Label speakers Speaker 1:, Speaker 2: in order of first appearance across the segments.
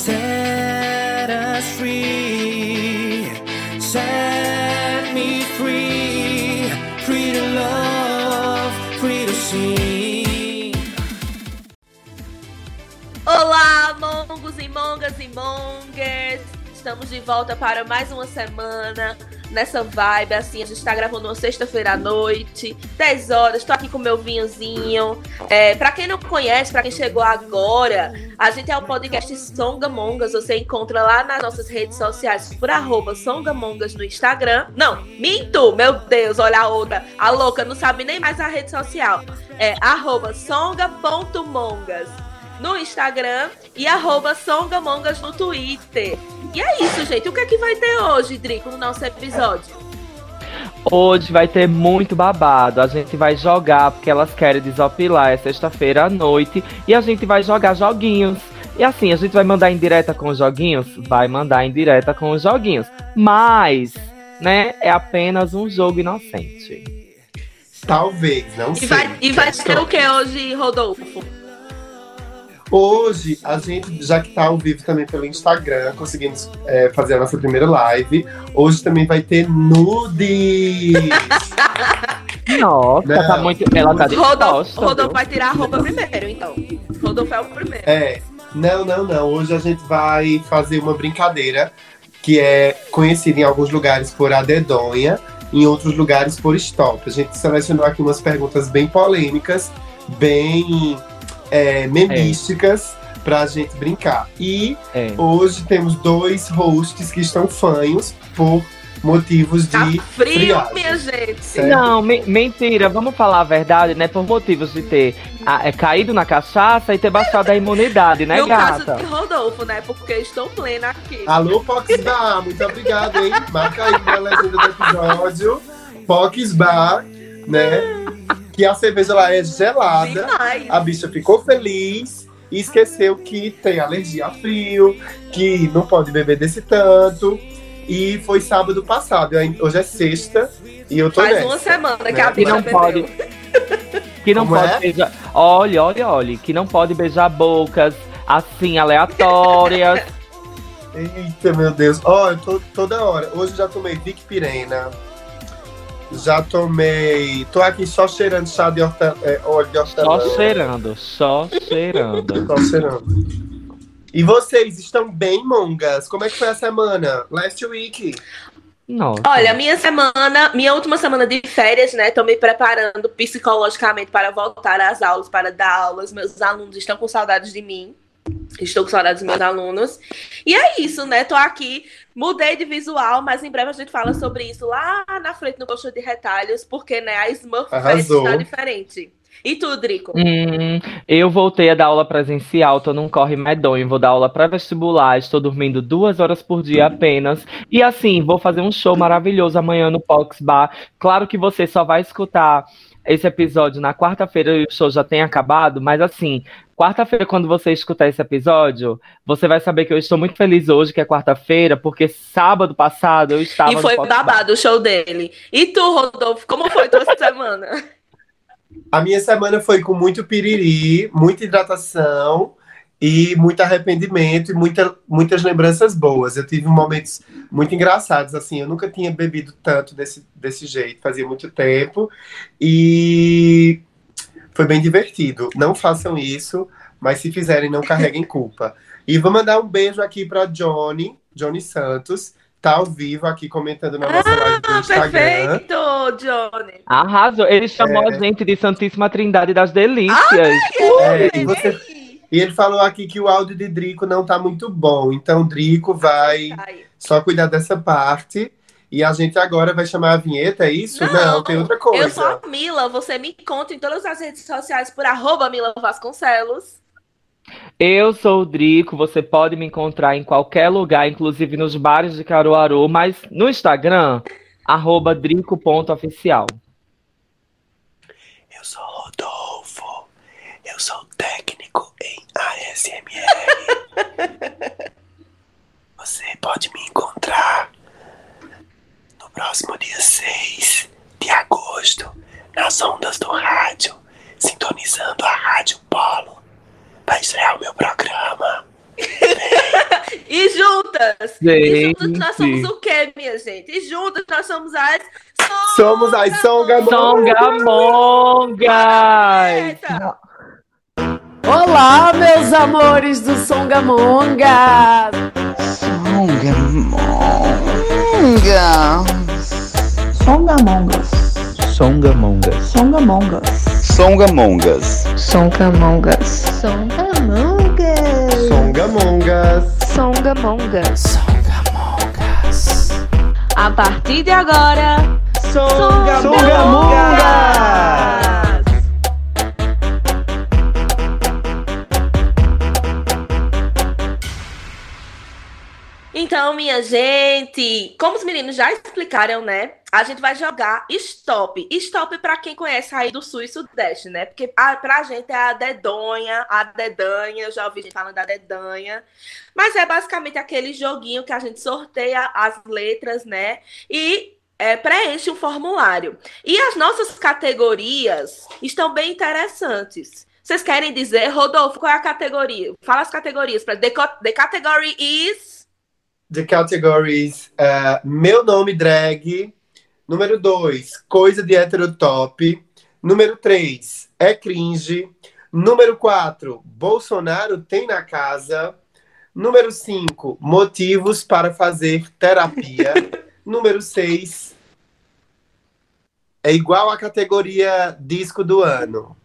Speaker 1: Set us free. Set me free. Free to love. Free to see.
Speaker 2: Olá, mongos e mongas e mongers! Estamos de volta para mais uma semana nessa vibe, assim, a gente tá gravando uma sexta-feira à noite, 10 horas, tô aqui com meu vinhozinho. É, para quem não conhece, para quem chegou agora, a gente é o podcast Songamongas, você encontra lá nas nossas redes sociais por arroba Songamongas no Instagram. Não, minto! Meu Deus, olha a outra, a louca, não sabe nem mais a rede social. É arroba songa.mongas no Instagram e arroba Songamongas no Twitter. E é isso, gente. O que é que vai ter hoje, Drico, no nosso episódio?
Speaker 3: Hoje vai ter muito babado. A gente vai jogar, porque elas querem desopilar. É sexta-feira à noite. E a gente vai jogar joguinhos. E assim, a gente vai mandar em direta com os joguinhos? Vai mandar em direta com os joguinhos. Mas, né, é apenas um jogo inocente.
Speaker 4: Talvez, não
Speaker 2: E
Speaker 4: sei. Então,
Speaker 2: vai, e vai ter o que hoje, Rodolfo?
Speaker 4: Hoje, a gente, já que tá ao vivo também pelo Instagram, conseguimos é, fazer a nossa primeira live. Hoje também vai ter nudes.
Speaker 3: Nossa,
Speaker 4: Não.
Speaker 3: tá muito. Ela tá
Speaker 2: Rodolfo,
Speaker 3: disposta.
Speaker 2: Rodolfo
Speaker 3: viu?
Speaker 2: vai tirar a roupa primeiro, então. Rodolfo é o primeiro.
Speaker 4: é, não, não, não. Hoje a gente vai fazer uma brincadeira que é conhecida em alguns lugares por adedonha, em outros lugares por stop. A gente selecionou aqui umas perguntas bem polêmicas, bem é, memísticas, pra gente brincar. E
Speaker 3: É.
Speaker 4: Hoje temos dois hosts que estão fanhos por motivos
Speaker 2: Tá
Speaker 4: de.
Speaker 2: frio,
Speaker 4: friagem.
Speaker 2: minha gente.
Speaker 4: Certo.
Speaker 3: Não, me- mentira, vamos falar a verdade, né? Por motivos de ter ah, é, caído na cachaça e ter baixado a imunidade, né,
Speaker 2: no
Speaker 3: gata?
Speaker 2: caso de Rodolfo, né? Porque eu estou plena aqui.
Speaker 4: Alô, Poxbar, muito obrigado, hein? Marca aí na legenda do episódio. Poxbar, né? Que a cerveja lá é
Speaker 3: Ah,
Speaker 4: gelada.
Speaker 2: Demais.
Speaker 4: A bicha ficou feliz e esqueceu que tem alergia a frio, que não pode beber desse tanto. E foi sábado passado. aí Hoje é sexta e eu tô
Speaker 2: Faz
Speaker 4: nessa.
Speaker 2: uma semana que
Speaker 4: né?
Speaker 2: a
Speaker 3: Que
Speaker 2: bicha
Speaker 3: não
Speaker 2: bebeu.
Speaker 3: pode. Que não
Speaker 4: Como
Speaker 3: pode
Speaker 4: é?
Speaker 3: beijar. Olhe, olhe, olhe. Que não pode beijar bocas assim, aleatórias.
Speaker 4: Eita, meu Deus. Ó, eu tô toda hora. Hoje eu já tomei Vic Pirena. Já tomei. Tô aqui só cheirando chá de horta... é, óleo de hortelã.
Speaker 3: só cheirando, só cheirando.
Speaker 4: Só cheirando. E vocês estão bem, mongas? Como é que foi a semana? Last week.
Speaker 3: Nossa.
Speaker 2: Olha, minha semana, minha última semana de férias, né? Tô me preparando psicologicamente para voltar às aulas, para dar aulas. Meus alunos estão com saudades de mim. Estou com saudades dos meus alunos. E é isso, né? Tô aqui. Mudei de visual, mas em breve a gente fala sobre isso lá na frente no Colchão de Retalhos, porque, né, a Smurf Fest
Speaker 4: Arrasou.
Speaker 2: está diferente. E tu, Drico?
Speaker 3: Hum, eu voltei a dar aula presencial, tô num corre medonho, vou dar aula pré-vestibular, estou dormindo duas horas por dia apenas. E assim, vou fazer um show maravilhoso amanhã no Pox Bar. Claro que você só vai escutar esse episódio na quarta-feira e o show já tem acabado, mas assim, quarta-feira, quando você escutar esse episódio, você vai saber que eu estou muito feliz hoje, que é quarta-feira, porque sábado passado eu estava.
Speaker 2: E
Speaker 3: no
Speaker 2: foi
Speaker 3: Pox Bar.
Speaker 2: babado o show dele. E tu, Rodolfo, como foi tua semana?
Speaker 4: A minha semana foi com muito piriri, muita hidratação e muito arrependimento e muita, muitas lembranças boas. Eu tive momentos muito engraçados, assim, eu nunca tinha bebido tanto desse, desse jeito, fazia muito tempo. E foi bem divertido. Não façam isso, mas se fizerem, não carreguem culpa. E vou mandar um beijo aqui para Johnny, Johnny Santos, tá ao vivo aqui comentando na nossa live do
Speaker 2: Ah,
Speaker 4: Instagram.
Speaker 2: perfeito, Johnny.
Speaker 3: Arrasou, ele chamou a gente de Santíssima Trindade das Delícias.
Speaker 4: É, e você E ele falou aqui que o áudio de Drico não tá muito bom. Então, Drico vai
Speaker 2: Ai.
Speaker 4: só cuidar dessa parte. E a gente agora vai chamar a vinheta, é isso?
Speaker 2: Não,
Speaker 4: Não, tem outra
Speaker 2: Eu sou
Speaker 4: coisa.
Speaker 2: a Mila, você me encontra em todas as redes sociais por arroba Mila Vasconcelos.
Speaker 3: Eu sou o Drico, você pode me encontrar em qualquer lugar, inclusive nos bares de Caruaru, mas no Instagram, arroba drico.oficial.
Speaker 4: Eu sou Rodolfo. sou técnico em ASMR. Você pode me encontrar no próximo dia 6 de agosto, nas ondas do rádio, sintonizando a Rádio Polo, para estrear o meu programa.
Speaker 2: E juntas! E
Speaker 3: Gente.
Speaker 2: juntas nós somos o quê, minha gente? E juntas nós somos as.
Speaker 4: Somos as Songamongas.
Speaker 3: Songamongas!
Speaker 2: Eita!
Speaker 5: Olá, meus amores do Songamonga!
Speaker 6: Songamongas.
Speaker 7: Songamongas.
Speaker 6: Songamongas.
Speaker 7: Songamongas.
Speaker 6: Songamongas.
Speaker 4: Songamongas.
Speaker 6: Songamongas.
Speaker 2: A partir de agora.
Speaker 4: Songamongas.
Speaker 2: Então, minha gente, como os meninos já explicaram, né? A gente vai jogar stop. Stop pra quem conhece aí do sul e sudeste, né? Porque a, pra gente é a dedonha, a dedanha, eu já ouvi gente falando da dedanha. Mas é basicamente aquele joguinho que a gente sorteia as letras, né? E é, preenche um formulário. E as nossas categorias estão bem interessantes. Vocês querem dizer, Rodolfo, qual é a categoria? Fala as categorias para the, co- the category is
Speaker 4: The categories é, Meu Nome Drag. Número 2, Coisa de Hétero Top. Número 3, É Cringe. Número 4, Bolsonaro tem na casa. Número 5, Motivos para fazer terapia. Número 6, é igual à categoria Disco do Ano.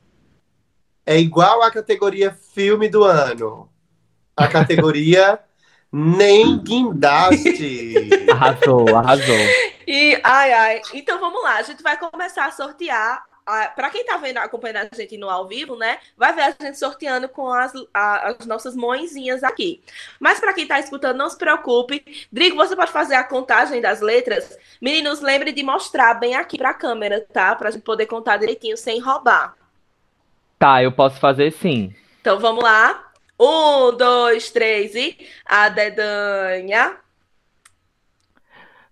Speaker 4: É igual à categoria Filme do Ano. A categoria Nem Guindaste.
Speaker 3: Arrasou, arrasou.
Speaker 2: E ai, ai. Então vamos lá, a gente vai começar a sortear. Ah, Pra quem tá vendo, acompanhando a gente no ao vivo, né? Vai ver a gente sorteando com as, a- as nossas mãezinhas aqui. Mas pra quem tá escutando, não se preocupe. Drigo, você pode fazer a contagem das letras? Meninos, lembre de mostrar bem aqui pra câmera, tá? Pra gente poder contar direitinho sem roubar.
Speaker 3: Tá, eu posso fazer sim.
Speaker 2: Então vamos lá. Um, dois, três e a dedanha.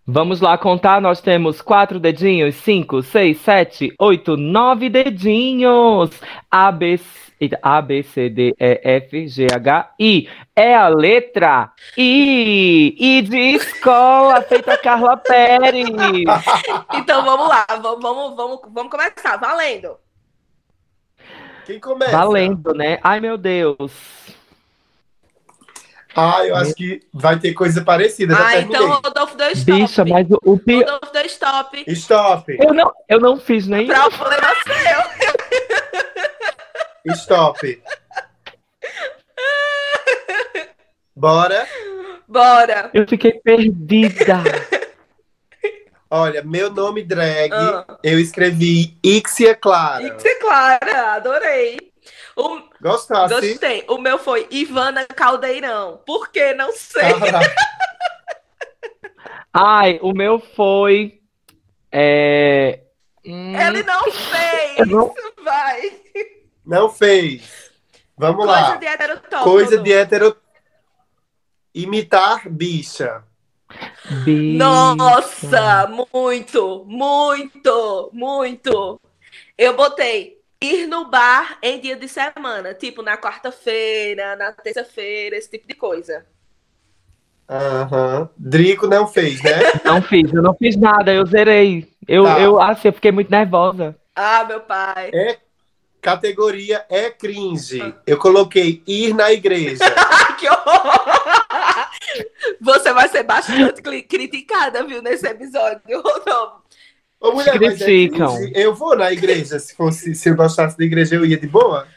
Speaker 3: Vamos lá contar, nós temos quatro dedinhos, cinco, seis, sete, oito, nove dedinhos. A, B, C- eita, A, B, C, D, E, F, G, H, I. É a letra I. I de escola, feita Carla Pérez.
Speaker 2: Então vamos lá, vamos, vamos, vamos, vamos começar. Valendo!
Speaker 4: Quem começa?
Speaker 3: Valendo, né? Ai, meu Deus.
Speaker 4: Ah, eu acho que vai ter coisa parecida. Já
Speaker 2: Ah,
Speaker 4: terminei.
Speaker 2: então Rodolfo deu stop.
Speaker 3: Bicha, mas o, o pior.
Speaker 2: Rodolfo deu stop.
Speaker 4: Stop,
Speaker 3: Eu não, eu não fiz nem.
Speaker 2: Problema seu.
Speaker 4: stop. Bora.
Speaker 2: Bora.
Speaker 3: Eu fiquei perdida.
Speaker 4: Olha, meu nome drag,
Speaker 2: Ah.
Speaker 4: eu escrevi Ixia Clara.
Speaker 2: Ixi, Clara, adorei. O,
Speaker 4: Gostasse?
Speaker 2: gostei. O meu foi Ivana Caldeirão. Por que? Não sei.
Speaker 4: Caraca,
Speaker 3: Ai, o meu foi. É. hum,
Speaker 4: Tá.
Speaker 2: Ele não fez.
Speaker 3: eu não-
Speaker 2: Vai.
Speaker 4: Não fez. Vamos
Speaker 2: Coisa
Speaker 4: lá.
Speaker 2: de heterotop.
Speaker 4: Coisa de hétero. Imitar bicha.
Speaker 3: Bi-
Speaker 2: Nossa, muito, muito, muito. Eu botei ir no bar em dia de semana, tipo na quarta-feira, na terça-feira, esse tipo de coisa.
Speaker 4: Aham. Drico não fez, né?
Speaker 3: Não fiz, eu não fiz nada, eu zerei. Eu,
Speaker 4: Tá.
Speaker 3: eu, assim, eu fiquei muito nervosa.
Speaker 2: Ah, meu pai.
Speaker 4: Categoria é cringe. Eu coloquei ir na igreja.
Speaker 2: Ah, que horror! Você vai ser bastante cli- criticada, viu, nesse episódio, Rodolfo.
Speaker 4: Ô, mulher, mas é
Speaker 3: Criticam.
Speaker 4: cringe. Eu vou na igreja. Se fosse, se eu gostasse da igreja, eu ia de boa.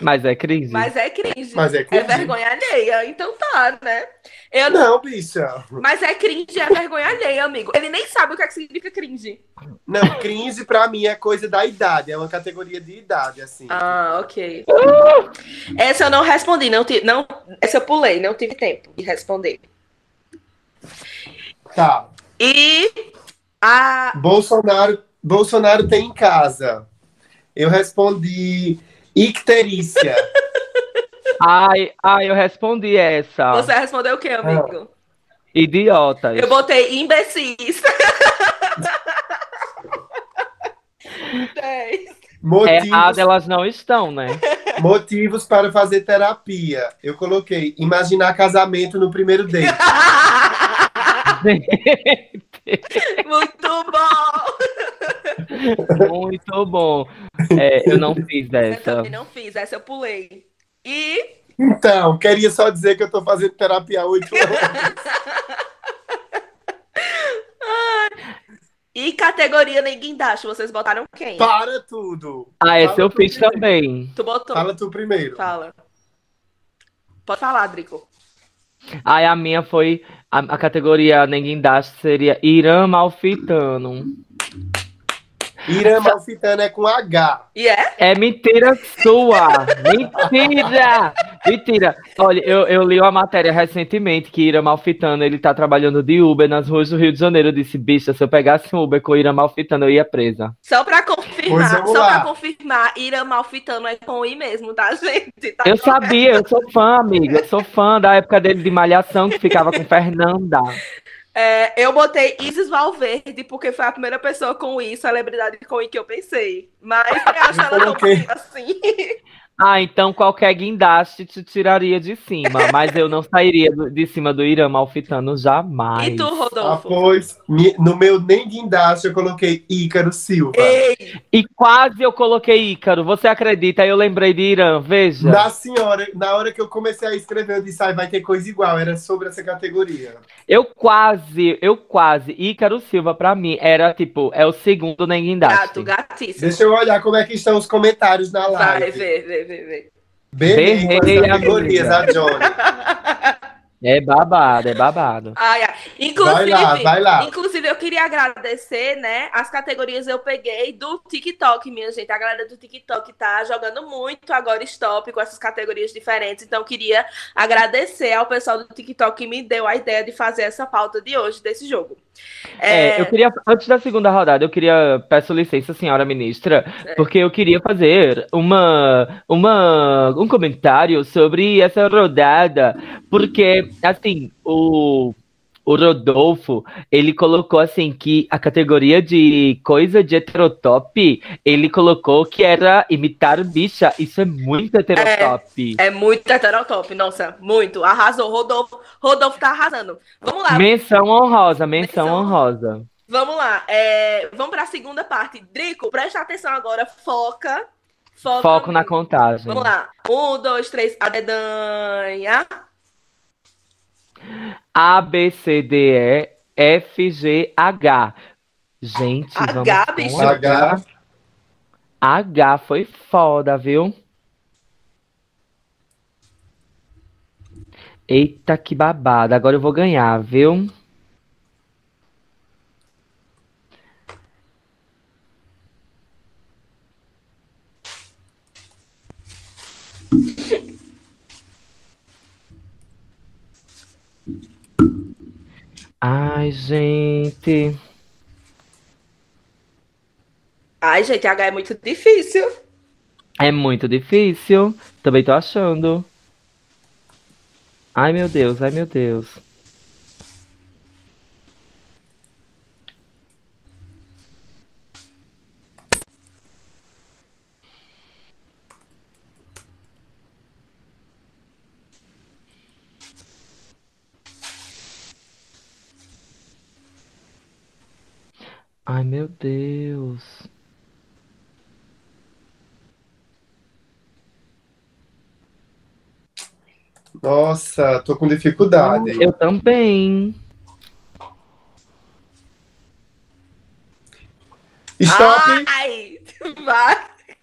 Speaker 3: Mas é crise.
Speaker 2: Mas é cringe.
Speaker 4: Mas é
Speaker 2: É
Speaker 4: cringe.
Speaker 2: vergonha alheia, então tá, né? Eu não...
Speaker 4: Não, bicha.
Speaker 2: Mas é cringe, é vergonha alheia, amigo. Ele nem sabe o que, é que significa cringe.
Speaker 4: Não, cringe pra mim é coisa da idade, é uma categoria de idade, assim.
Speaker 2: Ah, ok. Essa eu não respondi, não tive, não, essa eu pulei, não tive tempo de responder.
Speaker 4: Tá.
Speaker 2: E a
Speaker 4: Bolsonaro, Bolsonaro tem em casa. Eu respondi Icterícia.
Speaker 3: Ai, ai, eu respondi essa.
Speaker 2: Você respondeu o que, amigo?
Speaker 3: Idiotas.
Speaker 2: Eu botei imbecis. Dez.
Speaker 4: Motivos,
Speaker 3: Errado, elas não estão, né?
Speaker 4: motivos para fazer terapia. Eu coloquei imaginar casamento no primeiro date.
Speaker 2: Muito bom!
Speaker 3: Muito bom. É, eu não fiz
Speaker 2: Eu
Speaker 3: dessa.
Speaker 2: também não fiz, essa eu pulei. E
Speaker 4: Então, queria só dizer que eu tô fazendo terapia há oito anos.
Speaker 2: E categoria nem guindaste, vocês botaram quem?
Speaker 4: Para tudo.
Speaker 2: tá
Speaker 3: Ah, essa
Speaker 4: Fala
Speaker 3: eu
Speaker 4: tu
Speaker 3: fiz
Speaker 4: primeiro.
Speaker 3: também.
Speaker 2: Tu botou. Fala.
Speaker 4: Fala tu primeiro.
Speaker 2: Pode falar, Drico.
Speaker 3: Aí a minha foi. A, a categoria Nenguindaste seria Irã Malfitano.
Speaker 4: Irã Malfitano é com H.
Speaker 2: E é?
Speaker 3: É mentira sua! Mentira! Mentira! Olha, eu, eu li uma matéria recentemente que Ira Malfitano, ele tá trabalhando de Uber nas ruas do Rio de Janeiro. Eu disse, bicha, se eu pegasse um Uber com Ira Malfitano, eu ia presa.
Speaker 2: Só pra
Speaker 4: Pois
Speaker 2: confirmar,
Speaker 4: vamos
Speaker 2: só
Speaker 4: lá.
Speaker 2: pra confirmar, Irã Malfitano é com I mesmo, tá, gente? Tá
Speaker 3: Eu
Speaker 2: bom?
Speaker 3: sabia, eu sou fã, amiga. Eu sou fã da época dele de Malhação, que ficava com Fernanda.
Speaker 2: É, eu botei Isis Valverde, porque foi a primeira pessoa com I, celebridade com I que eu pensei. Mas eu acho
Speaker 4: Eu
Speaker 2: ela tão
Speaker 4: coloquei.
Speaker 2: bonita assim.
Speaker 3: Ah, então qualquer guindaste te tiraria de cima, mas eu não sairia do- de cima do Irã Malfitano jamais.
Speaker 2: E tu,
Speaker 4: Ah,
Speaker 2: Rodolfo?
Speaker 4: pois, mi- no meu nem guindaste eu coloquei Ícaro Silva.
Speaker 2: Ei,
Speaker 3: E quase eu coloquei Ícaro, você acredita? Aí eu lembrei de Irã, veja.
Speaker 4: Na senhora, na hora que eu comecei a escrever, eu disse, ai, vai ter coisa igual, era sobre essa categoria.
Speaker 3: Eu quase, eu quase. Ícaro Silva, pra mim, era tipo, é o segundo nem guindaste.
Speaker 2: gato, gatíssimo.
Speaker 4: Deixa eu olhar como é que estão os comentários na
Speaker 2: Vai,
Speaker 4: live.
Speaker 2: vê, vê, vê, vê.
Speaker 4: Berrei com
Speaker 3: Berrei,
Speaker 4: as categorias,
Speaker 3: amiga.
Speaker 4: a Johnny.
Speaker 3: É babado, é babado.
Speaker 2: Ai, ai. Ah, Inclusive,
Speaker 4: Vai lá, vai lá.
Speaker 2: inclusive, eu queria agradecer, né? As categorias eu peguei do TikTok, minha gente. A galera do TikTok tá jogando muito agora stop com essas categorias diferentes. Então, eu queria agradecer ao pessoal do TikTok que me deu a ideia de fazer essa pauta de hoje, desse jogo.
Speaker 3: É,
Speaker 2: É,
Speaker 3: eu queria, antes da segunda rodada, eu queria, peço licença, senhora ministra,
Speaker 2: É.
Speaker 3: porque eu queria fazer uma, uma, um comentário sobre essa rodada, porque, assim, o, o Rodolfo, ele colocou, assim, que a categoria de coisa de heterotop, ele colocou que era imitar bicha, isso é muito heterotop.
Speaker 2: é muito heterotop, nossa, muito. Arrasou, Rodolfo. Rodolfo tá arrasando. Vamos lá,
Speaker 3: Menção honrosa, É. menção
Speaker 2: Menção
Speaker 3: honrosa.
Speaker 2: Vamos lá, é, vamos para a segunda parte. Drico, presta atenção agora, foca. Foca
Speaker 3: Foco na
Speaker 2: mesmo.
Speaker 3: contagem.
Speaker 2: Vamos lá. Um, dois, três, a dedanha.
Speaker 3: A, B, C, D, E, F, G, H. Gente,
Speaker 2: H,
Speaker 3: vamos com
Speaker 2: bicho.
Speaker 4: H.
Speaker 3: H foi foda, viu? Eita, que babada. Agora eu vou ganhar, viu? Ai, gente.
Speaker 2: Ai, gente, H é muito difícil.
Speaker 3: É muito difícil. Também tô achando. Ai, meu Deus, ai, meu Deus. Ai, meu Deus.
Speaker 4: Nossa, tô com dificuldade.
Speaker 3: Eu também.
Speaker 2: Ah!
Speaker 4: Stop!
Speaker 2: Ai, vai.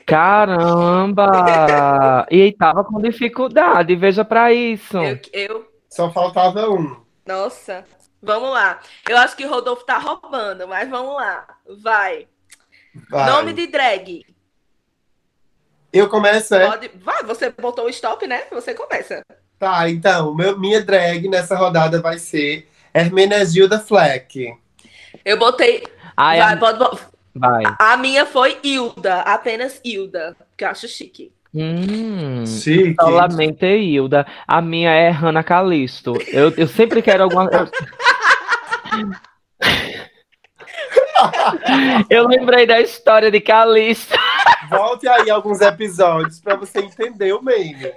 Speaker 3: Caramba! E tava com dificuldade, veja pra isso.
Speaker 2: Eu, eu-
Speaker 4: Só faltava um.
Speaker 2: nossa. Vamos lá. Eu acho que o Rodolfo tá roubando, mas vamos lá. Vai.
Speaker 4: Vai.
Speaker 2: Nome de drag.
Speaker 4: Eu começo, é?
Speaker 2: Pode... Vai, você botou o stop, né? Você começa.
Speaker 4: Tá, então, meu- minha drag nessa rodada vai ser Hermenegilda Fleck.
Speaker 2: Eu botei.
Speaker 3: Ai,
Speaker 2: vai,
Speaker 3: a-
Speaker 2: pode-
Speaker 3: vai.
Speaker 2: A minha foi Hilda, apenas Hilda, que eu acho chique.
Speaker 3: Hum.
Speaker 4: Chique.
Speaker 3: Só lamento é Hilda. A minha é Hannah Calisto. Eu, eu sempre quero alguma. Eu lembrei da história de Calisto.
Speaker 4: Volte aí alguns episódios pra você entender o meme.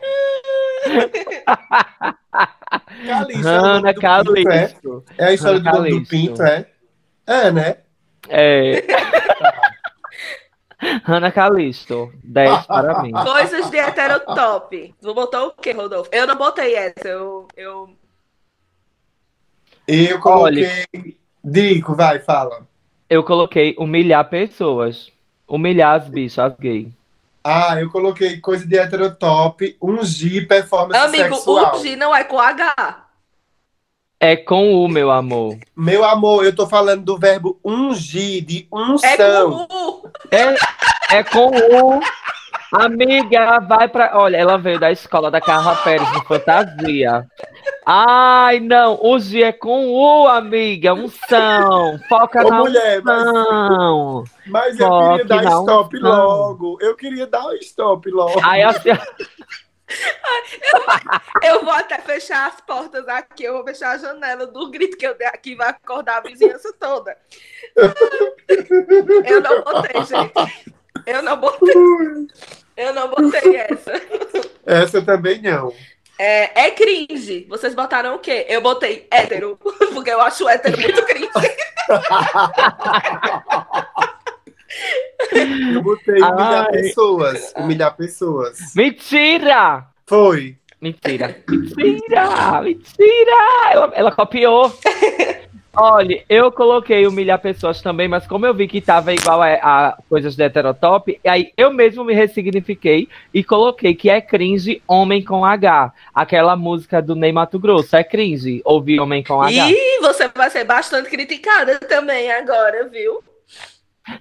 Speaker 4: Calixto. é o nome
Speaker 3: Hannah
Speaker 4: do pinto, é?
Speaker 3: Calisto.
Speaker 4: É a história do
Speaker 3: Ana
Speaker 4: nome do
Speaker 3: Calixto.
Speaker 4: Pinto, é? É, né?
Speaker 3: É. Hannah Calisto. 10 para mim.
Speaker 2: Coisas de heterotop. Vou botar o quê, Rodolfo? Eu não botei essa. Eu, eu...
Speaker 4: Eu coloquei. Drico, vai, fala.
Speaker 3: Eu coloquei humilhar pessoas. Humilhar as bichas, as gay.
Speaker 4: Ah, eu coloquei coisa de heterotop, ungir performance
Speaker 2: Amigo,
Speaker 4: sexual.
Speaker 2: o G não é com H.
Speaker 3: É com o meu amor.
Speaker 4: Meu amor, eu tô falando do verbo ungir, de
Speaker 2: É
Speaker 4: unção.
Speaker 2: com U.
Speaker 3: É, é com o. Amiga, vai pra. Olha, ela veio da escola da Carla Pérez de fantasia. Ai, não. O G é com o, amiga. Unção. Foca
Speaker 4: Ô,
Speaker 3: na
Speaker 4: mulher, mas,
Speaker 3: um unção.
Speaker 4: mas eu
Speaker 3: Só
Speaker 4: queria
Speaker 3: que
Speaker 4: dar
Speaker 3: não.
Speaker 4: stop
Speaker 3: Não.
Speaker 4: logo. Eu queria dar stop logo.
Speaker 3: Aí assim, a senhora.
Speaker 2: Eu vou até fechar as portas aqui. Eu vou fechar a janela do grito que eu dei aqui. Vai acordar a vizinhança toda. Eu não botei, gente. Eu não botei. Eu não botei essa.
Speaker 4: Essa eu também não.
Speaker 2: É, é cringe. Vocês botaram o quê? Eu botei hétero, porque eu acho hétero muito cringe.
Speaker 4: Eu botei humilhar
Speaker 3: Ai.
Speaker 4: pessoas. Humilhar pessoas.
Speaker 3: Mentira!
Speaker 4: Foi.
Speaker 3: Mentira. Mentira! Mentira! Ela, ela copiou. Olha, eu coloquei humilhar pessoas também, mas como eu vi que tava igual a, a coisas de heterotop, aí eu mesmo me ressignifiquei e coloquei que é cringe homem com H. Aquela música do Ney Mato Grosso. É cringe ouvir homem com H.
Speaker 2: E você vai ser bastante criticada também agora, viu?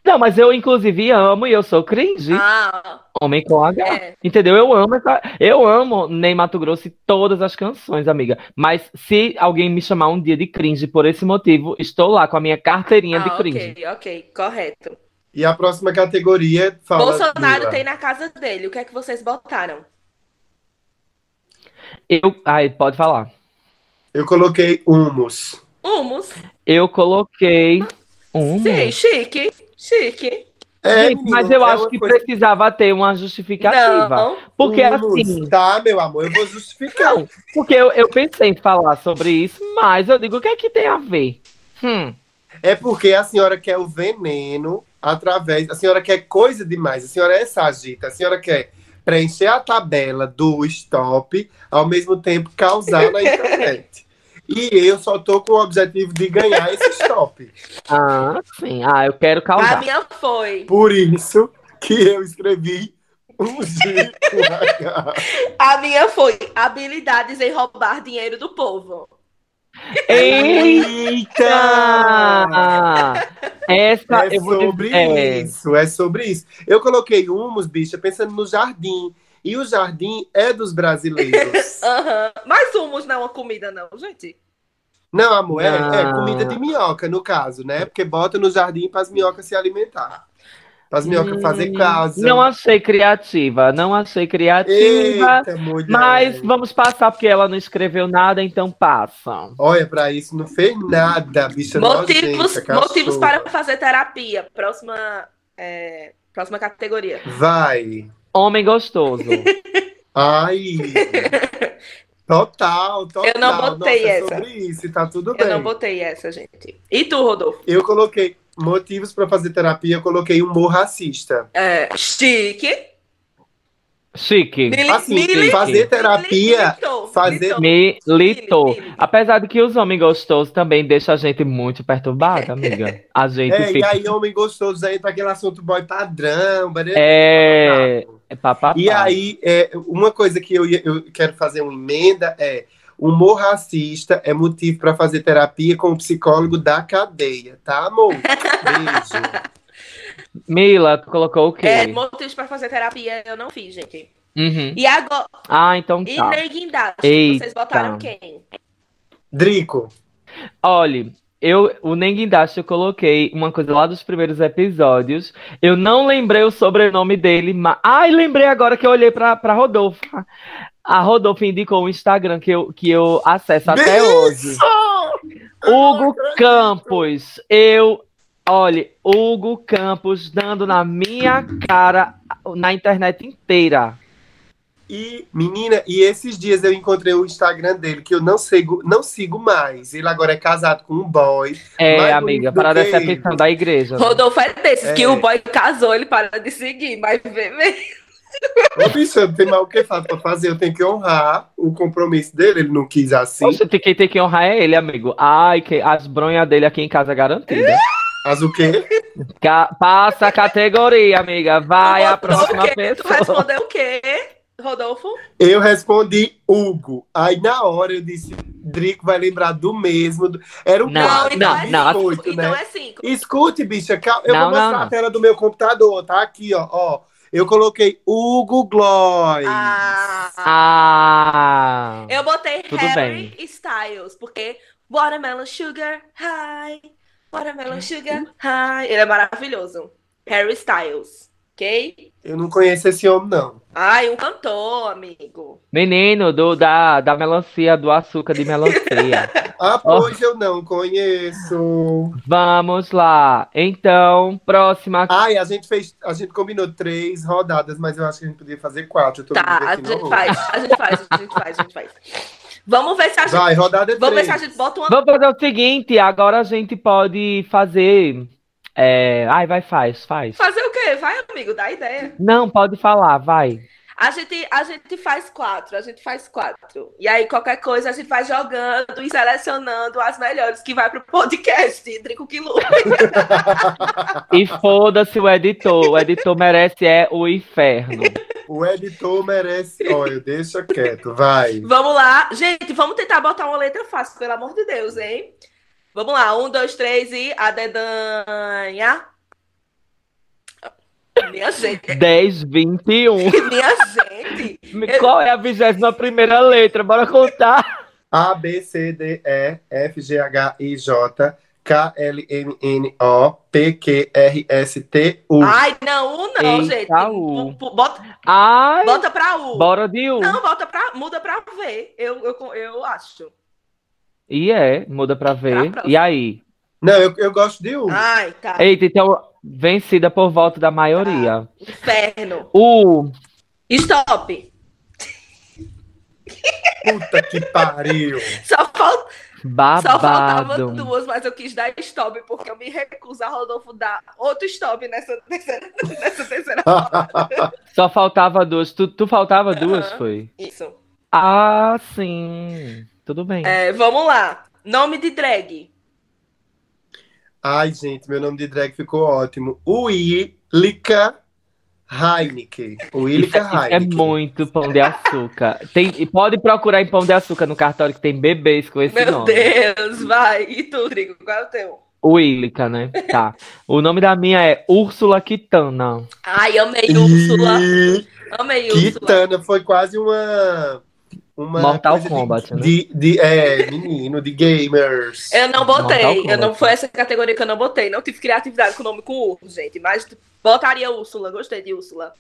Speaker 3: Não, mas eu inclusive amo e eu sou cringe
Speaker 2: Ah,
Speaker 3: homem com H.
Speaker 2: é.
Speaker 3: Entendeu? Eu amo essa. Eu amo Ney Mato Grosso e todas as canções, amiga. Mas se alguém me chamar um dia de cringe por esse motivo, estou lá com a minha carteirinha de
Speaker 2: Ah,
Speaker 3: cringe.
Speaker 2: ok, ok, correto.
Speaker 4: E a próxima categoria fala.
Speaker 2: Bolsonaro
Speaker 4: Mila.
Speaker 2: tem na casa dele. O que é que vocês botaram?
Speaker 3: Eu. Ai, pode falar.
Speaker 4: Eu coloquei humus.
Speaker 2: Humus.
Speaker 3: Eu coloquei. Um.
Speaker 2: Sim, chique. Chique.
Speaker 4: É,
Speaker 3: Gente,
Speaker 4: menino,
Speaker 3: mas eu
Speaker 4: é
Speaker 3: acho
Speaker 4: uma
Speaker 3: que
Speaker 4: coisa-
Speaker 3: precisava ter uma justificativa.
Speaker 2: Não.
Speaker 3: Porque
Speaker 4: Humus.
Speaker 3: assim.
Speaker 4: Tá, meu amor, eu vou justificar.
Speaker 3: Não, porque eu, eu pensei em falar sobre isso, mas eu digo o que é que tem a ver? Hum.
Speaker 4: É porque a senhora quer o veneno através. A senhora quer coisa demais. A senhora é sagita. A senhora quer preencher a tabela do stop, ao mesmo tempo causar na internet. E eu só tô com o objetivo de ganhar esse stop.
Speaker 3: Ah, sim. Ah, eu quero
Speaker 2: A
Speaker 3: causar.
Speaker 2: minha foi.
Speaker 4: Por isso que eu escrevi um G com H.
Speaker 2: A minha foi habilidades em roubar dinheiro do povo.
Speaker 3: Eita!
Speaker 4: Eita!
Speaker 3: Essa
Speaker 4: É
Speaker 3: eu vou
Speaker 4: sobre
Speaker 3: dizer, é,
Speaker 4: isso, é sobre isso. Eu coloquei humus, bicha, pensando no jardim. E o jardim é dos brasileiros.
Speaker 2: Aham. Mas humus não é uma comida, não, gente.
Speaker 4: Não, amor, é, é
Speaker 3: Não.
Speaker 4: comida de minhoca, no caso, né? Porque bota no jardim para as minhocas se alimentar. Para as minhocas
Speaker 3: Hum,
Speaker 4: fazer casa.
Speaker 3: Não é achei criativa, não achei criativa.
Speaker 4: Eita, mulher.
Speaker 3: Mas vamos passar porque ela não escreveu nada, então passa.
Speaker 4: Olha, para isso não fez nada, bicha
Speaker 2: Motivos,
Speaker 4: nojenta, cachorra.
Speaker 2: motivos para fazer terapia. Próxima, é, próxima categoria.
Speaker 4: Vai.
Speaker 3: Homem gostoso.
Speaker 4: Ai. Total, total.
Speaker 2: Eu não botei
Speaker 4: Nossa, é
Speaker 2: essa.
Speaker 4: sobre isso, e tá tudo
Speaker 2: Eu
Speaker 4: bem.
Speaker 2: não botei essa, gente. E tu, Rodolfo?
Speaker 4: Eu coloquei motivos para fazer terapia, eu coloquei humor racista.
Speaker 2: É, chique.
Speaker 3: Chique.
Speaker 2: Mili-
Speaker 4: Assim,
Speaker 2: mili-
Speaker 4: fazer terapia,
Speaker 2: militou,
Speaker 4: fazer-
Speaker 2: militou.
Speaker 3: Militou.
Speaker 2: Mili- mili.
Speaker 3: Apesar de que os homens gostosos também deixam a gente muito perturbada, amiga. A gente
Speaker 4: é, e
Speaker 3: fica.
Speaker 4: aí homem gostoso aí tá aquele assunto boy padrão, barará.
Speaker 3: É. É papapá.
Speaker 4: E aí, é, uma coisa que eu, ia- eu quero fazer uma emenda é humor racista é motivo para fazer terapia com o psicólogo da cadeia, tá, amor? Beijo.
Speaker 3: Mila, tu colocou o quê?
Speaker 2: É, motivos para fazer terapia eu não fiz, gente.
Speaker 3: Uhum.
Speaker 2: E agora,
Speaker 3: Ah, então
Speaker 2: e
Speaker 3: tá.
Speaker 2: nem guindaste,
Speaker 3: Eita.
Speaker 2: vocês botaram quem?
Speaker 4: Drico,
Speaker 3: Olha, eu, o Nenguindaste, eu coloquei uma coisa lá dos primeiros episódios. Eu não lembrei o sobrenome dele, mas. Ai, lembrei agora que eu olhei pra, pra Rodolfo. A Rodolfo indicou o Instagram que eu, que eu acesso até hoje. Hugo Campos, eu. Olha, Hugo Campos dando na minha cara na internet inteira.
Speaker 4: E, menina, e esses dias eu encontrei o Instagram dele, que eu não sigo, não sigo mais. Ele agora é casado com um boy.
Speaker 3: É,
Speaker 4: Mais
Speaker 3: amiga,
Speaker 4: bonito
Speaker 3: para a
Speaker 4: do que ele.
Speaker 3: decepção da igreja. né?
Speaker 2: Rodolfo é desses
Speaker 4: É.
Speaker 2: que o boy casou, ele para de seguir, mas vê, vê.
Speaker 4: Ô, bicho, não tem mais o que fazer pra fazer. Eu tenho que honrar o compromisso dele. Ele não quis assim.
Speaker 3: Poxa, Então, tem que, tem que honrar é ele, amigo. Ai, que as bronhas dele aqui em casa é garantida.
Speaker 4: Mas o quê?
Speaker 3: Ca- passa a categoria, amiga. Vai a
Speaker 2: Rodolfo,
Speaker 3: próxima
Speaker 2: o quê? Tu
Speaker 3: pessoa.
Speaker 2: respondeu o quê, Rodolfo?
Speaker 4: Eu respondi Hugo. Aí na hora eu disse, Drico vai lembrar do mesmo. do- Era um
Speaker 3: Não,
Speaker 4: quadro
Speaker 3: não,
Speaker 4: de
Speaker 3: não.
Speaker 4: biscoito,
Speaker 2: então
Speaker 4: né?
Speaker 2: é cinco.
Speaker 4: Escute, bicha, cal- eu
Speaker 3: Não,
Speaker 4: vou mostrar
Speaker 3: não,
Speaker 4: a
Speaker 3: não.
Speaker 4: tela do meu computador, tá? Aqui, ó. ó. Eu coloquei Hugo Gloy.
Speaker 2: Ah,
Speaker 3: Ah!
Speaker 2: eu botei
Speaker 3: Tudo
Speaker 2: Harry Styles, porque Watermelon Sugar High,
Speaker 4: Hum.
Speaker 2: Watermelon Sugar High. Ele é maravilhoso. Harry Styles, ok?
Speaker 4: Eu não conheço esse homem, não.
Speaker 2: Ai, um cantor, amigo.
Speaker 3: Menino do, da, da melancia, do açúcar de melancia.
Speaker 4: Ah, pois eu não conheço.
Speaker 3: Vamos lá. Então, próxima.
Speaker 4: Ai, a gente fez, a gente combinou três rodadas, mas eu acho que a gente podia fazer quatro. Eu tô
Speaker 2: Tá,
Speaker 4: vendo
Speaker 2: a
Speaker 4: aqui no
Speaker 2: gente
Speaker 4: rolo.
Speaker 2: faz, a gente faz, a gente faz, a gente faz. Vamos ver se a gente.
Speaker 4: Vai, rodada
Speaker 2: Vamos ver
Speaker 4: três.
Speaker 2: se a gente bota uma.
Speaker 3: Vamos fazer o seguinte: agora a gente pode fazer. é, Ai, vai, faz, faz.
Speaker 2: Fazer o quê? Vai, amigo, dá ideia.
Speaker 3: Não, pode falar, vai.
Speaker 2: A gente, a gente faz quatro, a gente faz quatro. E aí, qualquer coisa, a gente vai jogando e selecionando as melhores que vai pro podcast, Drico Quilu.
Speaker 3: E foda-se o editor. O editor merece é o inferno.
Speaker 4: O editor merece. Olha, deixa quieto, vai.
Speaker 2: Vamos lá. Gente, vamos tentar botar uma letra fácil, pelo amor de Deus, hein? Vamos lá. Um, dois, três e a dedanha. Minha gente,
Speaker 3: 10, 21.
Speaker 2: minha gente.
Speaker 3: Qual é a vigésima primeira letra? Bora contar.
Speaker 4: A, B, C, D, E, F, G, H, I, J, K, L, M, N, O, P, Q, R, S, T, U.
Speaker 2: Ai, não, um não,
Speaker 3: Eita,
Speaker 2: gente.
Speaker 3: U.
Speaker 2: P- p- Bota,
Speaker 3: Ai,
Speaker 2: bota pra U.
Speaker 3: bora de um.
Speaker 2: Não, bota pra, muda pra V, eu, eu, eu acho.
Speaker 3: E é, muda pra ver.
Speaker 2: Pra próxima.
Speaker 3: E aí?
Speaker 4: Não, eu, eu gosto de U.
Speaker 2: Ai, tá.
Speaker 3: Eita, então, vencida por volta da maioria.
Speaker 2: Inferno.
Speaker 3: O.
Speaker 2: Stop.
Speaker 4: Puta que pariu.
Speaker 2: Só, fal- só faltava
Speaker 3: Babado.
Speaker 2: duas, mas eu quis dar stop, porque eu me recuso a Rodolfo dar outro stop nessa terceira. Nessa terceira.
Speaker 4: Ah.
Speaker 3: Só faltava duas. Tu, tu faltava duas,
Speaker 2: Aham.
Speaker 3: foi?
Speaker 2: Isso.
Speaker 3: Ah, sim. Tudo bem.
Speaker 2: É, vamos lá. Nome de drag.
Speaker 4: Ai, gente, meu nome de drag ficou ótimo. Willica Heineken.
Speaker 3: Isso
Speaker 4: Willica
Speaker 3: é, isso é
Speaker 4: Heineken.
Speaker 3: muito pão de açúcar. Tem, e pode procurar em pão de açúcar no cartório que tem bebês com esse
Speaker 2: Meu
Speaker 3: nome.
Speaker 2: Deus, vai. E tu, Trigo, qual é o teu?
Speaker 3: Willica, né? Tá. O nome da minha é Úrsula Quitana.
Speaker 2: Ai, amei Úrsula.
Speaker 4: E-
Speaker 2: Amei Úrsula.
Speaker 4: Kitana foi quase uma. uma
Speaker 3: Mortal
Speaker 4: coisa
Speaker 3: Kombat, né?
Speaker 4: de, de, de- é, menino, de gamers.
Speaker 2: Eu não
Speaker 3: Mortal
Speaker 2: botei.
Speaker 3: Kombat.
Speaker 2: Eu não foi essa categoria que eu não botei. Não tive criatividade com o nome com Ur, gente. Mas botaria Úrsula. Gostei de Úrsula.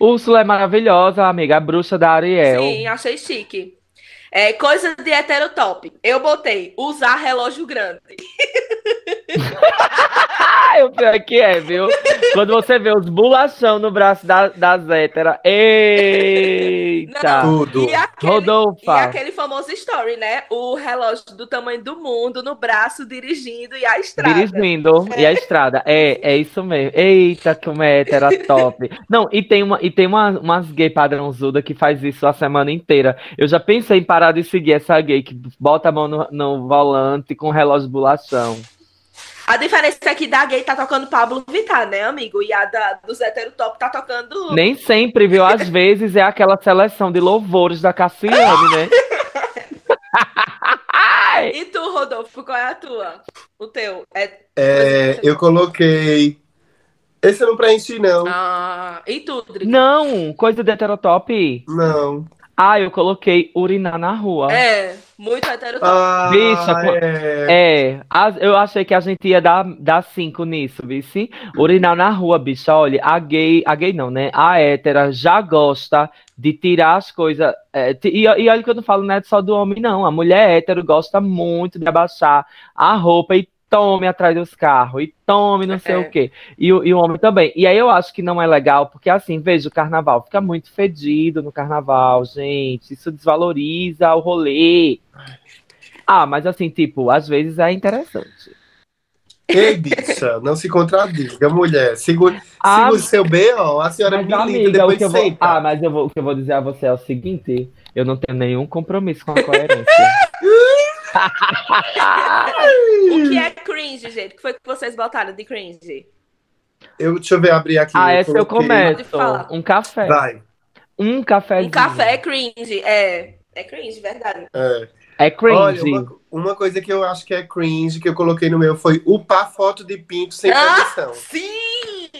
Speaker 3: Úrsula é maravilhosa, amiga. A bruxa da Ariel.
Speaker 2: Sim, achei chique. É, coisa de heterotop. Eu botei usar relógio grande.
Speaker 3: Ah, o pior é que é, viu? Quando você vê os bolachão no braço da, das héteras. Eita!
Speaker 2: Não,
Speaker 4: Tudo.
Speaker 2: E aquele, e
Speaker 3: Rodolfa.
Speaker 2: aquele famoso story, né? O relógio do tamanho do mundo no braço dirigindo e a estrada.
Speaker 3: Dirigindo e a estrada. É, é isso mesmo. Eita, como é hétera top. Não, e tem, uma, e tem uma, umas gay padrãozuda que faz isso a semana inteira. Eu já pensei em parar de seguir essa gay que bota a mão no, no volante com relógio bolachão.
Speaker 2: A diferença é que da gay tá tocando Pablo Vittar, né, amigo? E a da, dos heterotop tá tocando.
Speaker 3: Nem sempre, viu? Às vezes é aquela seleção de louvores da Cassiane, né?
Speaker 2: E tu, Rodolfo, qual é a tua? O teu? É...
Speaker 4: É, eu coloquei. Esse eu não preenchi, não.
Speaker 2: Ah, e Ah, tu, Drico?
Speaker 3: Não, coisa de heterotop.
Speaker 4: Não.
Speaker 3: Ah, eu coloquei urinar na rua.
Speaker 2: É, muito hétero.
Speaker 4: Ah,
Speaker 3: Bicha, co-
Speaker 4: é.
Speaker 3: É, as- eu achei que a gente ia dar, dar cinco nisso, vice. Urinar na rua, bicha. Olha, a gay, a gay não, né? A hétera já gosta de tirar as coisas. é, ti- e, e olha que eu não falo né, só do homem, não. A mulher hétero gosta muito de abaixar a roupa e tome atrás dos carros, e tome não sei
Speaker 2: É.
Speaker 3: o quê. E, o- e o homem também. E aí eu acho que não é legal, porque assim, veja, o carnaval fica muito fedido no carnaval, gente. Isso desvaloriza o rolê. Ah, mas assim, tipo, às vezes é interessante.
Speaker 4: Ei, bicha, não se contradiga, mulher. Segure,
Speaker 3: Ah,
Speaker 4: segure seu B.O. A senhora
Speaker 3: mas,
Speaker 4: me liga,
Speaker 3: amiga, o
Speaker 4: depois
Speaker 3: que eu vou-
Speaker 4: senta.
Speaker 3: Ah, mas eu vou- o que eu vou dizer a você é o seguinte: eu não tenho nenhum compromisso com a coerência.
Speaker 2: O que é cringe, gente? O que foi que vocês botaram de cringe?
Speaker 4: Eu, deixa eu ver abrir aqui.
Speaker 3: ah, essa eu
Speaker 4: coloquei.
Speaker 3: começo.
Speaker 2: falar.
Speaker 3: Um café.
Speaker 4: Vai.
Speaker 3: Um cafezinho.
Speaker 2: Um café é cringe, é. É cringe, verdade.
Speaker 4: É.
Speaker 3: É cringe.
Speaker 4: Olha, uma, uma coisa que eu acho que é cringe, que eu coloquei no meu, foi upar foto de pinto sem
Speaker 2: Ah!
Speaker 4: condição.
Speaker 2: Sim!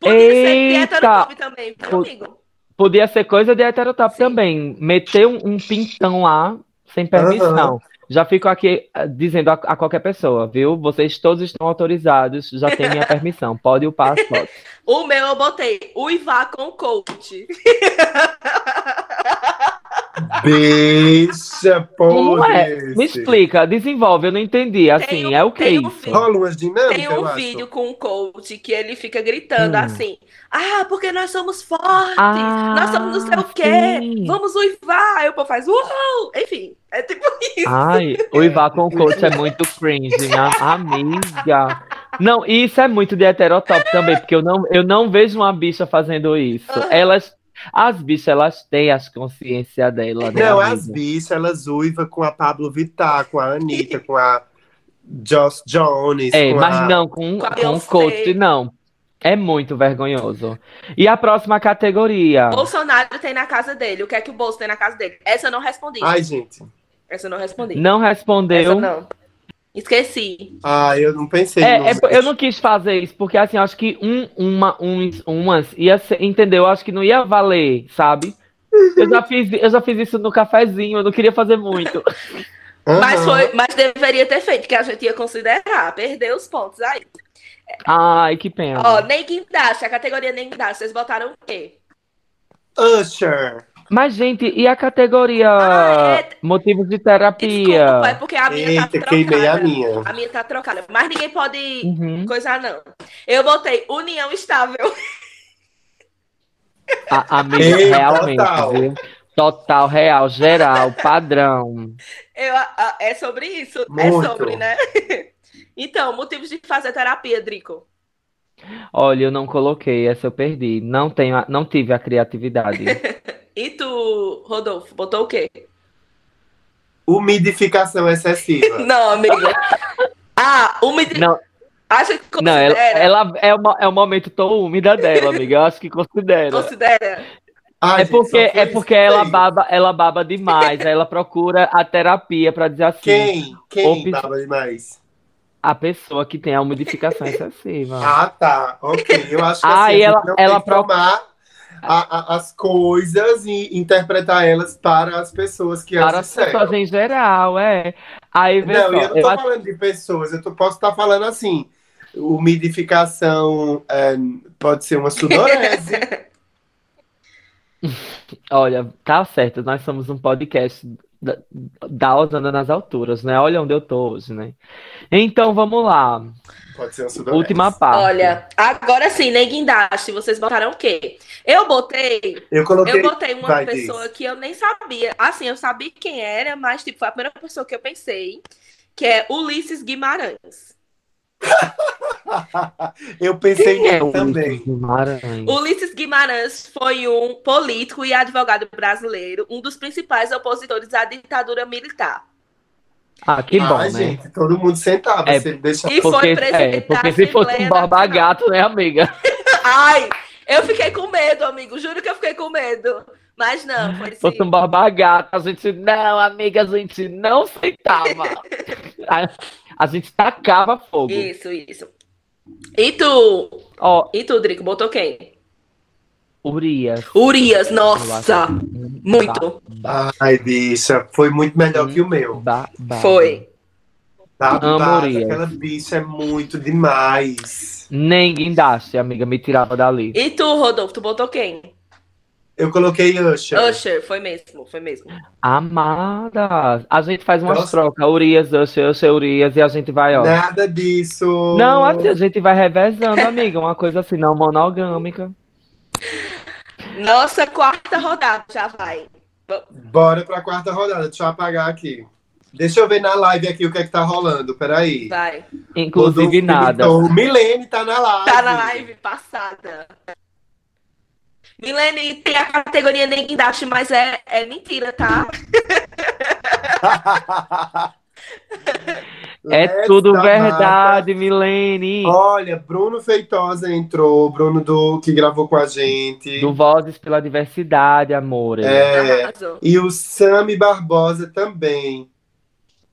Speaker 2: Podia ser
Speaker 3: Eita!
Speaker 2: hétero também, meu
Speaker 3: Po-
Speaker 2: amigo.
Speaker 3: Podia ser coisa de heterotop
Speaker 2: Sim.
Speaker 3: também. Meter um, um pintão lá, sem permissão. Já fico aqui eh, dizendo a, a qualquer pessoa, viu? Vocês todos estão autorizados, já tem minha permissão. Pode upar as fotos.
Speaker 2: O meu eu botei uivar com coach.
Speaker 4: Bicha,
Speaker 3: Como é?
Speaker 4: podre
Speaker 3: Me
Speaker 4: esse.
Speaker 3: explica, desenvolve, eu não entendi. Assim,
Speaker 2: um-
Speaker 3: é o que
Speaker 2: tem um
Speaker 3: isso?
Speaker 2: vídeo.
Speaker 4: Rola umas dinâmicas,
Speaker 2: Tem
Speaker 4: eu
Speaker 2: um
Speaker 4: acho.
Speaker 2: vídeo com um coach que ele fica gritando
Speaker 3: Hum.
Speaker 2: assim: Ah, porque nós somos fortes,
Speaker 3: Ah,
Speaker 2: nós somos não sei o quê,
Speaker 3: sim.
Speaker 2: vamos uivar. Aí o povo faz uhul! Enfim, é tipo isso.
Speaker 3: Ai, o Ivar com coach é muito cringe, minha amiga. Não, isso é muito de heterotop também, porque eu não, eu não vejo uma bicha fazendo isso.
Speaker 2: Aham.
Speaker 3: Elas, as bichas, elas têm as consciências dela, né,
Speaker 4: Não, é
Speaker 3: amiga?
Speaker 4: as bichas, elas uivam com a Pablo Vittar, com a Anitta, com a Joss Jones.
Speaker 3: É,
Speaker 4: com
Speaker 3: mas
Speaker 4: a...
Speaker 3: não, com,
Speaker 2: com a
Speaker 3: com
Speaker 2: Beyoncé.
Speaker 3: coach, não. É muito vergonhoso. E a próxima categoria?
Speaker 2: Bolsonaro tem na casa dele. O que é que o Bolsonaro tem na casa dele? Essa eu não respondi.
Speaker 4: Ai, gente.
Speaker 2: Essa eu não respondi.
Speaker 3: Não
Speaker 2: Essa
Speaker 3: respondeu.
Speaker 2: não. Esqueci.
Speaker 4: Ah, eu não pensei.
Speaker 3: É,
Speaker 2: um
Speaker 4: nos
Speaker 3: é, eu não quis fazer isso, porque assim, eu acho que um, uma, uns, umas, ia ser, entendeu? Eu acho que não ia valer, sabe? Eu já, fiz, eu já fiz isso no cafezinho, eu não queria fazer muito.
Speaker 4: Aham.
Speaker 2: Mas, foi, mas deveria ter feito, que a gente ia considerar. Perdeu os pontos aí.
Speaker 3: Ai, que
Speaker 4: Tá.
Speaker 3: pena.
Speaker 2: Ó, nem guindaste, a categoria nem guindaste. Vocês botaram o quê?
Speaker 4: Usher.
Speaker 3: Mas, gente, e a categoria
Speaker 2: Ah, é.
Speaker 3: motivos de
Speaker 2: Desculpa, é
Speaker 3: terapia?
Speaker 2: porque a minha
Speaker 4: Eita,
Speaker 2: tá
Speaker 4: queimei a
Speaker 2: trocada.
Speaker 4: minha.
Speaker 2: A minha tá trocada. Mas ninguém pode
Speaker 3: Uhum.
Speaker 2: coisar, não. Eu botei união estável.
Speaker 3: A, amiga,
Speaker 4: Ei,
Speaker 3: realmente,
Speaker 4: total.
Speaker 3: viu? Total, real, geral, padrão.
Speaker 2: Eu, a- a- é sobre isso.
Speaker 4: Muito.
Speaker 2: É sobre, né? Então, motivos de fazer terapia, Drico.
Speaker 3: Olha, eu não coloquei, essa eu perdi. Não, tenho, a- não tive a criatividade.
Speaker 2: E tu, Rodolfo, botou o quê?
Speaker 4: Umidificação excessiva.
Speaker 2: Não, amiga. Ah, umidri...
Speaker 3: Não.
Speaker 2: Acho que
Speaker 3: Não,
Speaker 2: considera.
Speaker 3: ela, ela é, uma, é um momento tão úmida dela, amiga. Eu acho que considera.
Speaker 4: Ai,
Speaker 2: Considera.
Speaker 3: É
Speaker 4: Ah, gente, só
Speaker 3: porque,
Speaker 4: foi
Speaker 3: é
Speaker 4: isso
Speaker 3: porque
Speaker 4: que
Speaker 3: ela
Speaker 4: veio.
Speaker 3: baba, ela baba demais. aí ela procura a terapia pra dizer assim:
Speaker 4: Quem? Quem
Speaker 3: Ops.
Speaker 4: tava demais?
Speaker 3: a pessoa que tem a umidificação excessiva.
Speaker 4: Ah, tá. Ok. Eu acho que
Speaker 3: Ah,
Speaker 4: assim,
Speaker 3: e
Speaker 4: a
Speaker 3: ela-
Speaker 4: gente não
Speaker 3: ela
Speaker 4: tem que
Speaker 3: pro-
Speaker 4: tomar a- a- as coisas e interpretar elas para as pessoas que
Speaker 3: Para
Speaker 4: as
Speaker 3: as
Speaker 4: disseram.
Speaker 3: pessoas em geral, é. Aí vê
Speaker 4: Não,
Speaker 3: só,
Speaker 4: eu não
Speaker 3: eu
Speaker 4: tô
Speaker 3: acho-
Speaker 4: falando de pessoas, eu tô- posso estar falando assim. Umidificação é, pode ser uma sudorese.
Speaker 3: olha, tá certo, nós somos um podcast da, da Osana nas alturas, né? Olha onde eu tô hoje, né? Então vamos lá.
Speaker 4: pode ser uma sudorese.
Speaker 3: Última parte.
Speaker 2: Olha, agora sim, nem guindaste. Vocês botaram o quê? Eu botei
Speaker 4: Eu coloquei.
Speaker 2: Eu botei uma
Speaker 4: Vai,
Speaker 2: pessoa
Speaker 4: diz.
Speaker 2: que eu nem sabia. Assim, eu sabia quem era, mas tipo, foi a primeira pessoa que eu pensei, que é Ulisses Guimarães.
Speaker 4: eu pensei
Speaker 3: Quem é
Speaker 4: nele
Speaker 3: o
Speaker 4: também.
Speaker 3: Ulisses Guimarães?
Speaker 2: Ulisses Guimarães foi um político e advogado brasileiro, um dos principais opositores à ditadura militar.
Speaker 3: Ah, que bom,
Speaker 4: Ai,
Speaker 3: né?
Speaker 4: gente, todo mundo sentava.
Speaker 3: É,
Speaker 4: se ele deixar-
Speaker 2: E foi presidente
Speaker 3: é, porque
Speaker 2: da
Speaker 3: se fosse um
Speaker 2: Assembleia
Speaker 3: barba
Speaker 2: Nacional.
Speaker 3: gato, né, amiga?
Speaker 2: Ai, eu fiquei com medo, amigo. Juro que eu fiquei com medo. Mas não, foi
Speaker 3: Se fosse um
Speaker 2: sim.
Speaker 3: barba gato, a gente não, amiga, a gente não sentava. a, a gente tacava fogo.
Speaker 2: Isso, isso. E tu?
Speaker 3: Ó,
Speaker 2: E tu, Drico, botou quem?
Speaker 3: Urias.
Speaker 2: Urias, nossa!
Speaker 4: tá
Speaker 3: Eu acho-
Speaker 2: Muito.
Speaker 4: Ai, bicha, foi muito melhor
Speaker 3: Hum.
Speaker 4: que o meu.
Speaker 3: Babado.
Speaker 2: Foi.
Speaker 4: Babada,
Speaker 3: Amoria.
Speaker 4: aquela bicha é muito demais.
Speaker 3: Nem guindaste, amiga, me tirava dali.
Speaker 2: E tu, Rodolfo, tu botou quem?
Speaker 4: Eu coloquei Usher.
Speaker 2: Usher, foi mesmo, foi mesmo.
Speaker 3: Amada, a gente faz umas
Speaker 4: Nossa.
Speaker 3: trocas, Urias, Usher, Usher, Urias, e a gente vai, ó.
Speaker 4: Nada disso.
Speaker 3: Não, assim, a gente vai revezando, amiga, uma coisa assim, não monogâmica.
Speaker 2: Nossa quarta rodada já vai.
Speaker 4: Bora pra quarta rodada. Deixa eu apagar aqui. Deixa eu ver na live aqui o que é que tá rolando. Peraí.
Speaker 2: Vai.
Speaker 3: Inclusive
Speaker 4: Rodolfo
Speaker 3: nada.
Speaker 4: Milton. Milene tá na live.
Speaker 2: Tá na live passada. Milene, tem a categoria nem guindaste, mas é, é mentira, tá?
Speaker 3: É
Speaker 4: Let's
Speaker 3: É tudo
Speaker 4: amar.
Speaker 3: verdade, Milene.
Speaker 4: Olha, Bruno Feitosa entrou, Bruno do que gravou com a gente.
Speaker 3: Do Vozes pela Diversidade, amor.
Speaker 4: É,
Speaker 2: Arrasou.
Speaker 4: e o Sami Barbosa também.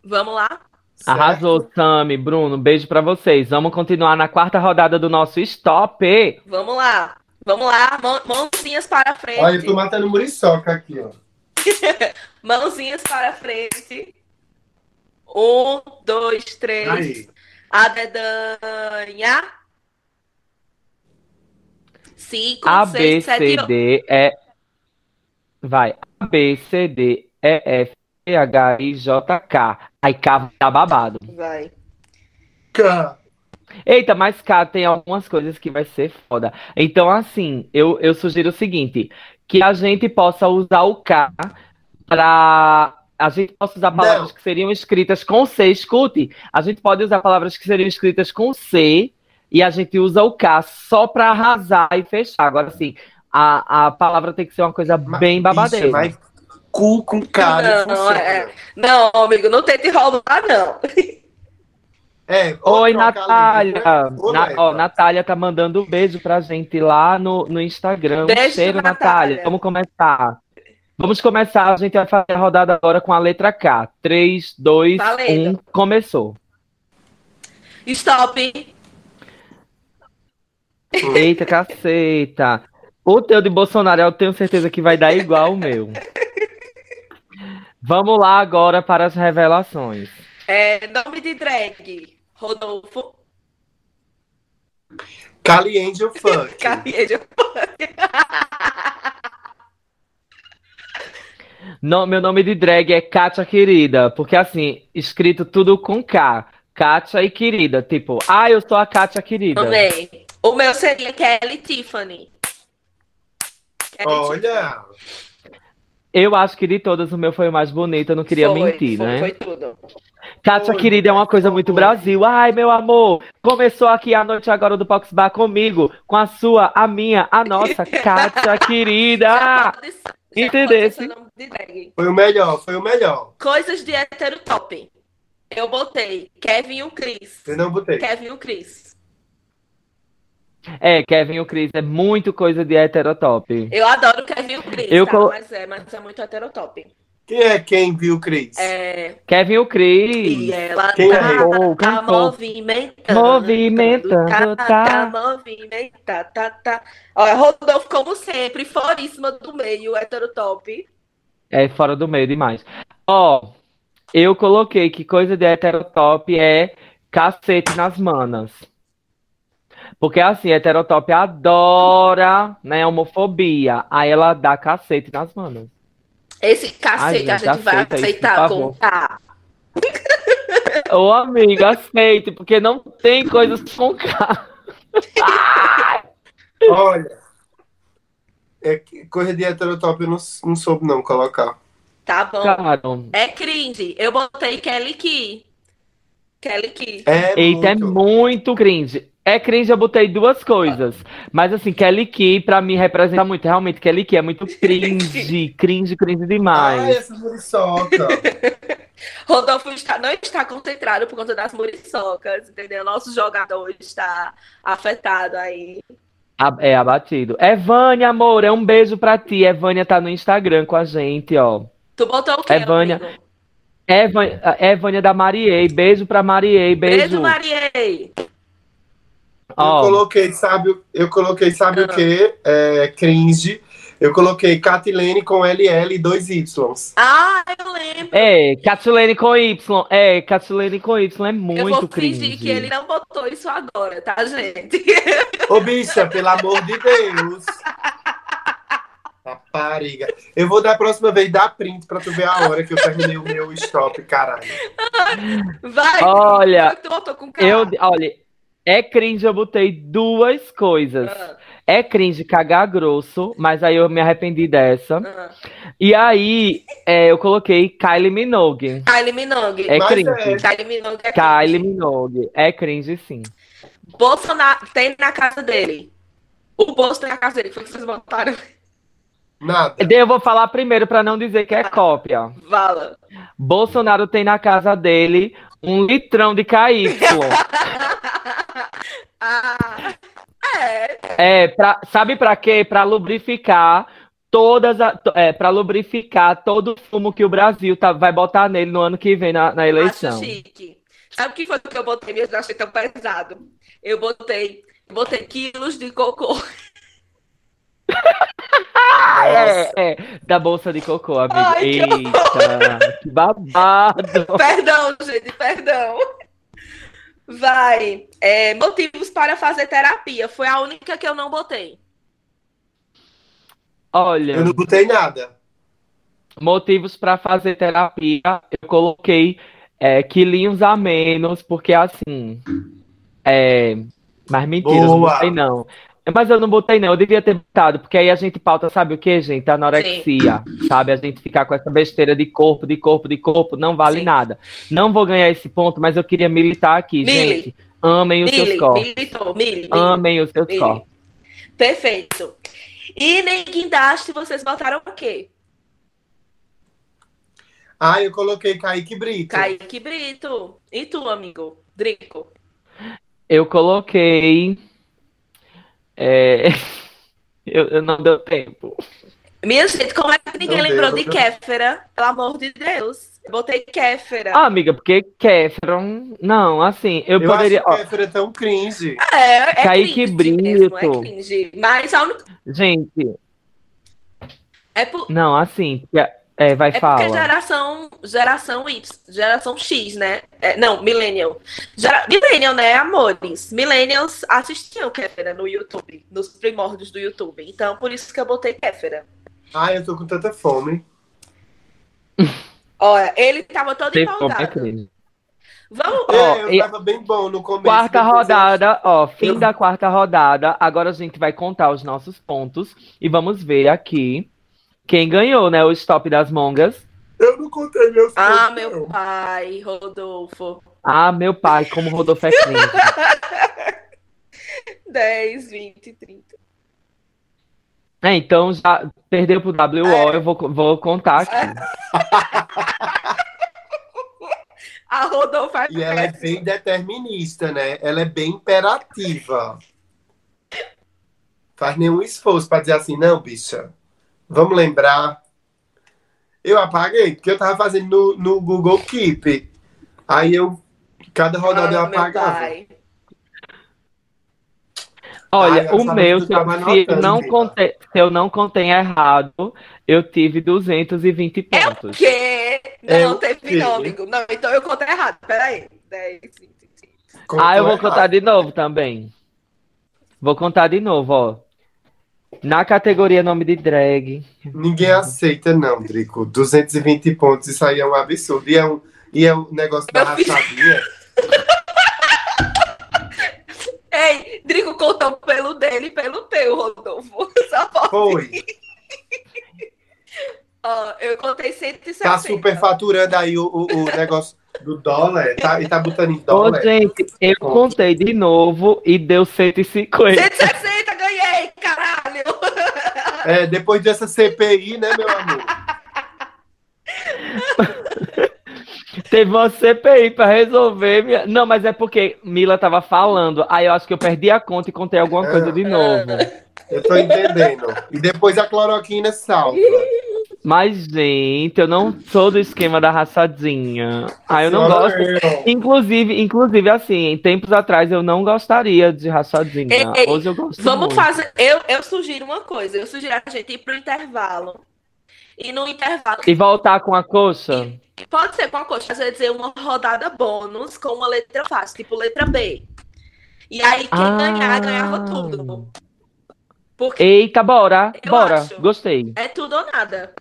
Speaker 2: Vamos lá?
Speaker 4: certo?
Speaker 3: Arrasou, Sami, Bruno, beijo pra vocês. Vamos continuar na quarta rodada do nosso Stop.
Speaker 2: Vamos lá. Vamos lá. Mão- Mãozinhas para frente.
Speaker 4: Olha, eu tô matando muriçoca aqui, ó.
Speaker 2: Mãozinhas para frente. Um, dois, três.
Speaker 4: Aí.
Speaker 2: A dedanha. Cinco,
Speaker 3: A, B,
Speaker 2: seis,
Speaker 3: C,
Speaker 2: sete, oito.
Speaker 3: D, E. Vai. A, B, C, D, E, F, G, H, I, J, K. Aí K tá babado.
Speaker 2: Vai.
Speaker 4: Cá.
Speaker 3: Eita, mas cá tem algumas coisas que vai ser foda. Então, assim, eu, eu sugiro o seguinte: que a gente possa usar o K pra. A gente possa usar palavras
Speaker 4: Não.
Speaker 3: que seriam escritas com C. Escute, a gente pode usar palavras que seriam escritas com C e a gente usa o K só pra arrasar e fechar. Agora, assim, a, a palavra tem que ser uma coisa
Speaker 4: Mas,
Speaker 3: bem babadeira.
Speaker 4: Bicha, mas é cu com cara.
Speaker 2: Não,
Speaker 4: funciona.
Speaker 2: é. Não, amigo, não tente roubar, não.
Speaker 4: É, ou troca a
Speaker 3: Oi,
Speaker 4: língua,
Speaker 3: Natália!
Speaker 4: ou
Speaker 3: Na-
Speaker 4: leva.
Speaker 3: ó, Natália tá mandando um beijo pra gente lá no, no Instagram. Um
Speaker 2: Beijo,
Speaker 3: cheiro,
Speaker 2: Natália.
Speaker 3: Vamos começar. Vamos começar, a gente vai fazer a rodada agora com a letra K. 3, 2,
Speaker 2: Valendo.
Speaker 3: 1, começou.
Speaker 2: Stop.
Speaker 3: Eita, caceta. O teu de Bolsonaro, eu tenho certeza que vai dar igual o meu. Vamos lá agora para as revelações.
Speaker 2: É, nome de drag. Rodolfo.
Speaker 4: Cali Angel Funk.
Speaker 2: Carreiro.
Speaker 3: No- meu nome de drag é Kátia Querida, porque assim, escrito tudo com K. Kátia e Querida, tipo, ah, eu sou a Kátia Querida.
Speaker 2: Amei. O meu seria Kelly Tiffany. Kelly
Speaker 4: Olha.
Speaker 3: Eu acho que de todas o meu foi o mais bonito, eu não queria
Speaker 2: Foi,
Speaker 3: mentir,
Speaker 2: foi,
Speaker 3: né?
Speaker 2: Foi tudo.
Speaker 3: Kátia
Speaker 4: Foi,
Speaker 3: Querida é uma coisa
Speaker 4: foi.
Speaker 3: muito Brasil. Ai, meu amor, começou aqui a noite agora do Pox Bar comigo, com a sua, a minha, a nossa Kátia Querida.
Speaker 2: pode ser-
Speaker 3: entendesse.
Speaker 2: pode ser nome de drag.
Speaker 4: Foi o melhor, foi o melhor.
Speaker 2: Coisas de hétero top. Eu botei Kevin e o Chris.
Speaker 4: Eu não botei.
Speaker 2: Kevin e o Chris.
Speaker 3: É, Kevin e o Chris é muito coisa de heterotop.
Speaker 2: Eu adoro Kevin e o Chris,
Speaker 3: Eu
Speaker 2: tá?
Speaker 3: colo-
Speaker 2: mas, é, mas é muito hétero top.
Speaker 4: Quem é quem viu, Cris?
Speaker 2: É,
Speaker 3: Kevin e o Chris.
Speaker 2: e ela
Speaker 4: Quem é
Speaker 2: tá,
Speaker 3: Cantou,
Speaker 2: tá
Speaker 3: cantou.
Speaker 2: movimentando.
Speaker 3: Movimentando,
Speaker 2: tá,
Speaker 3: tá.
Speaker 2: tá movimenta, tá, tá. Olha, Rodolfo, como sempre, foríssima do meio, hétero top.
Speaker 3: É fora do meio demais. Ó, eu coloquei que coisa de heterotop é cacete nas manas. Porque assim, heterotop adora, né, homofobia. Aí ela dá cacete nas manas.
Speaker 2: Esse cacete
Speaker 3: Ai,
Speaker 2: a
Speaker 3: gente,
Speaker 2: gente vai
Speaker 3: aceita isso,
Speaker 2: aceitar
Speaker 3: por
Speaker 2: com
Speaker 3: favor.
Speaker 2: K.
Speaker 3: Ô, amigo, aceite, porque não tem coisas com K.
Speaker 4: Olha. É, que coisa de heterotop eu não, não soube não colocar.
Speaker 2: Tá bom.
Speaker 3: Claro.
Speaker 2: É cringe. Eu botei Kelly Key. Kelly Key.
Speaker 4: É
Speaker 3: Eita, é
Speaker 4: muito.
Speaker 3: muito cringe. É cringe, eu botei duas coisas. Mas assim, Kelly Key, pra mim, representa muito. Realmente, Kelly Key é muito cringe. Cringe, cringe demais.
Speaker 4: Ai, essa Ah, muriçoca.
Speaker 2: Rodolfo está, não está concentrado por conta das muriçocas, entendeu? Nosso jogador está afetado aí.
Speaker 3: A- É abatido. É Vânia, amor, é um beijo pra ti. É Vânia tá no Instagram com a gente, ó.
Speaker 2: Tu botou o quê,
Speaker 3: É Vânia.
Speaker 2: amigo?
Speaker 3: É Vânia, é Vânia da Mariei. Beijo pra Mariei,
Speaker 2: Beijo,
Speaker 3: beijo.
Speaker 2: Mariei.
Speaker 4: Eu
Speaker 3: Ó,
Speaker 4: coloquei, sabe, eu coloquei, sabe o
Speaker 2: Ah.
Speaker 4: quê? É, cringe. Eu coloquei Catilene com LL e dois Ys.
Speaker 2: Ah, eu lembro.
Speaker 3: É, Catsulene com Y. É, Catsulene com Y é
Speaker 2: eu vou
Speaker 3: muito
Speaker 2: fingir
Speaker 3: cringe.
Speaker 2: que ele não botou isso agora, tá, gente?
Speaker 4: Ô, bicha, pelo amor de Deus. Rapariga. Eu vou da próxima vez dar print pra tu ver a hora que eu terminei o meu stop, caralho.
Speaker 2: Vai.
Speaker 3: Olha,
Speaker 2: eu tô, tô com cara.
Speaker 3: Eu, olha, é cringe, eu botei duas coisas.
Speaker 2: Ah,
Speaker 3: É cringe cagar grosso, mas aí eu me arrependi dessa.
Speaker 2: ah.
Speaker 3: E aí, é, eu coloquei Kylie Minogue.
Speaker 2: Kylie Minogue.
Speaker 3: É
Speaker 4: Mas
Speaker 3: cringe.
Speaker 2: Kylie Minogue é
Speaker 3: Kylie Minogue. É cringe, sim.
Speaker 2: Bolsonaro tem na casa dele. O bolso tem na casa dele. Foi o que vocês botaram.
Speaker 4: Nada.
Speaker 3: Daí Eu vou falar primeiro pra não dizer que é cópia.
Speaker 2: Vala.
Speaker 3: Bolsonaro tem na casa dele um litrão de KY.
Speaker 2: Ah, é.
Speaker 3: É, pra, sabe pra quê? Pra lubrificar todas a, to- é, pra lubrificar todo o fumo que o Brasil tá, vai botar nele no ano que vem na, na eleição.
Speaker 2: Acho chique. Sabe o que foi que eu botei mesmo? Eu achei tão pesado. Eu botei, eu botei quilos de cocô.
Speaker 3: É, é, da bolsa de cocô, amiga.
Speaker 2: Ai, que
Speaker 3: Eita, que babado.
Speaker 2: Perdão, gente, perdão. Vai. É, motivos para fazer terapia. Foi a única que eu não botei.
Speaker 3: Olha,
Speaker 4: Eu não botei nada.
Speaker 3: motivos pra fazer terapia, eu coloquei é, quilinhos a menos, porque assim. É, mas mentira, eu não
Speaker 4: Boa.
Speaker 3: botei não. Mas eu não botei não, eu devia ter botado, porque aí a gente pauta, sabe o que, gente? Anorexia, sabe? A gente ficar com essa besteira de corpo, de corpo, de corpo, não vale
Speaker 2: Sim.
Speaker 3: nada. Não vou ganhar esse ponto, mas eu queria militar aqui,
Speaker 2: Mili.
Speaker 3: gente. Amem os seus
Speaker 2: Mili,
Speaker 3: corpos.
Speaker 2: militou, Mili, Mili.
Speaker 3: Amem os seus
Speaker 2: Mili.
Speaker 3: corpos.
Speaker 2: Perfeito. E nem guindaste, vocês botaram o quê?
Speaker 4: Ah, eu coloquei Kaique Brito.
Speaker 2: Kaique Brito. E tu, amigo? Drico.
Speaker 3: Eu coloquei. é, Eu, eu não deu tempo.
Speaker 2: Minha gente, como é que ninguém
Speaker 4: Meu
Speaker 2: lembrou
Speaker 4: Deus,
Speaker 2: de
Speaker 4: meu-
Speaker 2: Kéfera? Pelo amor de Deus. Eu botei Kéfera.
Speaker 3: Ah, amiga, porque Kefron. Não, assim, eu
Speaker 4: Eu,
Speaker 3: poderia.
Speaker 4: acho que
Speaker 3: ó,
Speaker 4: o Kéfera é tão cringe.
Speaker 2: é, é
Speaker 3: Kaique
Speaker 2: cringe mesmo, é
Speaker 3: Brito.
Speaker 2: cringe. Mas a única...
Speaker 3: gente,
Speaker 2: É por...
Speaker 3: não, assim. que- É, vai,
Speaker 2: É
Speaker 3: fala.
Speaker 2: porque geração, geração Y, geração X, né? É, não, Millennial. Gera, millennial, né, amores? Millennials assistiam Kéfera no YouTube, nos primórdios do YouTube. Então, por isso que eu botei Kéfera.
Speaker 4: Ai, Ah, eu tô com tanta fome.
Speaker 2: Olha, ele tava todo
Speaker 3: Sei como é
Speaker 2: empolgado.
Speaker 3: cringe.
Speaker 2: Vamos,
Speaker 3: Ó,
Speaker 4: é, eu
Speaker 3: e-
Speaker 4: tava bem bom no começo.
Speaker 3: Quarta
Speaker 4: depois eu-
Speaker 3: rodada, ó, fim
Speaker 4: Eu-
Speaker 3: da quarta rodada. Agora a gente vai contar os nossos pontos e vamos ver aqui quem ganhou, né? O stop das mongas.
Speaker 4: Eu não contei meus
Speaker 2: Ah,
Speaker 4: pontos,
Speaker 2: meu
Speaker 4: não.
Speaker 2: pai, Rodolfo.
Speaker 3: Ah, meu pai, como Rodolfo é cringe.
Speaker 2: 10, 20, 30.
Speaker 3: É, então já perdeu pro WO,
Speaker 2: É.
Speaker 3: eu vou, vou contar aqui.
Speaker 2: A Rodolfo é
Speaker 4: E ela é bem determinista, né? Ela é bem imperativa. Faz nenhum esforço pra dizer assim, não, bicha, vamos lembrar. Eu apaguei, porque eu tava fazendo no, no Google Keep. Aí eu, cada rodada eu
Speaker 2: Ah, meu
Speaker 4: apagava.
Speaker 2: pai.
Speaker 3: Olha,
Speaker 4: eu
Speaker 3: o
Speaker 4: sabia
Speaker 3: meu,
Speaker 4: que tu
Speaker 3: se eu,
Speaker 4: tava
Speaker 3: se eu
Speaker 4: anotando,
Speaker 3: não
Speaker 4: Vitor.
Speaker 3: contei, se eu não contei errado, eu tive 220 pontos.
Speaker 2: Que?
Speaker 4: É
Speaker 2: Não,
Speaker 4: o
Speaker 2: teve
Speaker 4: quê?
Speaker 2: não, amigo. Não, então eu contei errado. Peraí. 10, 20, 30.
Speaker 4: Contou
Speaker 3: Ah, eu vou
Speaker 4: errado.
Speaker 3: contar de novo também. Vou contar de novo, ó. Na categoria nome de drag.
Speaker 4: Ninguém aceita, não, Drico. 220 pontos, isso aí é um absurdo. E é um, e é um negócio da
Speaker 2: Eu fiz-
Speaker 4: rachadinha.
Speaker 2: Ei, Drico contou pelo dele e pelo teu, Rodolfo. Só pode.
Speaker 4: Foi.
Speaker 2: Ó, eu então. contei 160.
Speaker 4: Tá superfaturando aí o, o, o negócio do dólar. Tá, e tá botando em
Speaker 3: Ô,
Speaker 4: dólar.
Speaker 3: gente, eu
Speaker 4: Ó.
Speaker 3: contei de novo e deu 150.
Speaker 2: 160, ganhei, caralho.
Speaker 4: É, depois dessa CPI, né, meu amor?
Speaker 3: Teve uma CPI pra resolver. minha- Não, mas é porque Mila tava falando. Aí eu acho que eu perdi a conta e contei alguma
Speaker 4: É.
Speaker 3: coisa de novo.
Speaker 4: Eu tô entendendo. E depois a cloroquina salva.
Speaker 3: Mas, gente, eu não sou do esquema da raçadinha. Ah, eu não
Speaker 4: Só
Speaker 3: gosto.
Speaker 4: eu.
Speaker 3: Inclusive, inclusive, assim, em tempos atrás eu não gostaria de raçadinha.
Speaker 2: Ei, ei,
Speaker 3: Hoje eu gosto.
Speaker 2: Vamos
Speaker 3: muito.
Speaker 2: fazer. Eu, eu sugiro uma coisa. Eu sugiro a gente ir pro intervalo. E no intervalo.
Speaker 3: E voltar com a coxa?
Speaker 2: Pode ser com a coxa, às vezes é uma rodada bônus com uma letra fácil, tipo letra B. E aí quem
Speaker 3: Ah.
Speaker 2: ganhar, ganhava tudo. Porque
Speaker 3: Eita, bora!
Speaker 2: Eu
Speaker 3: bora!
Speaker 2: acho.
Speaker 3: Gostei.
Speaker 2: é tudo ou nada.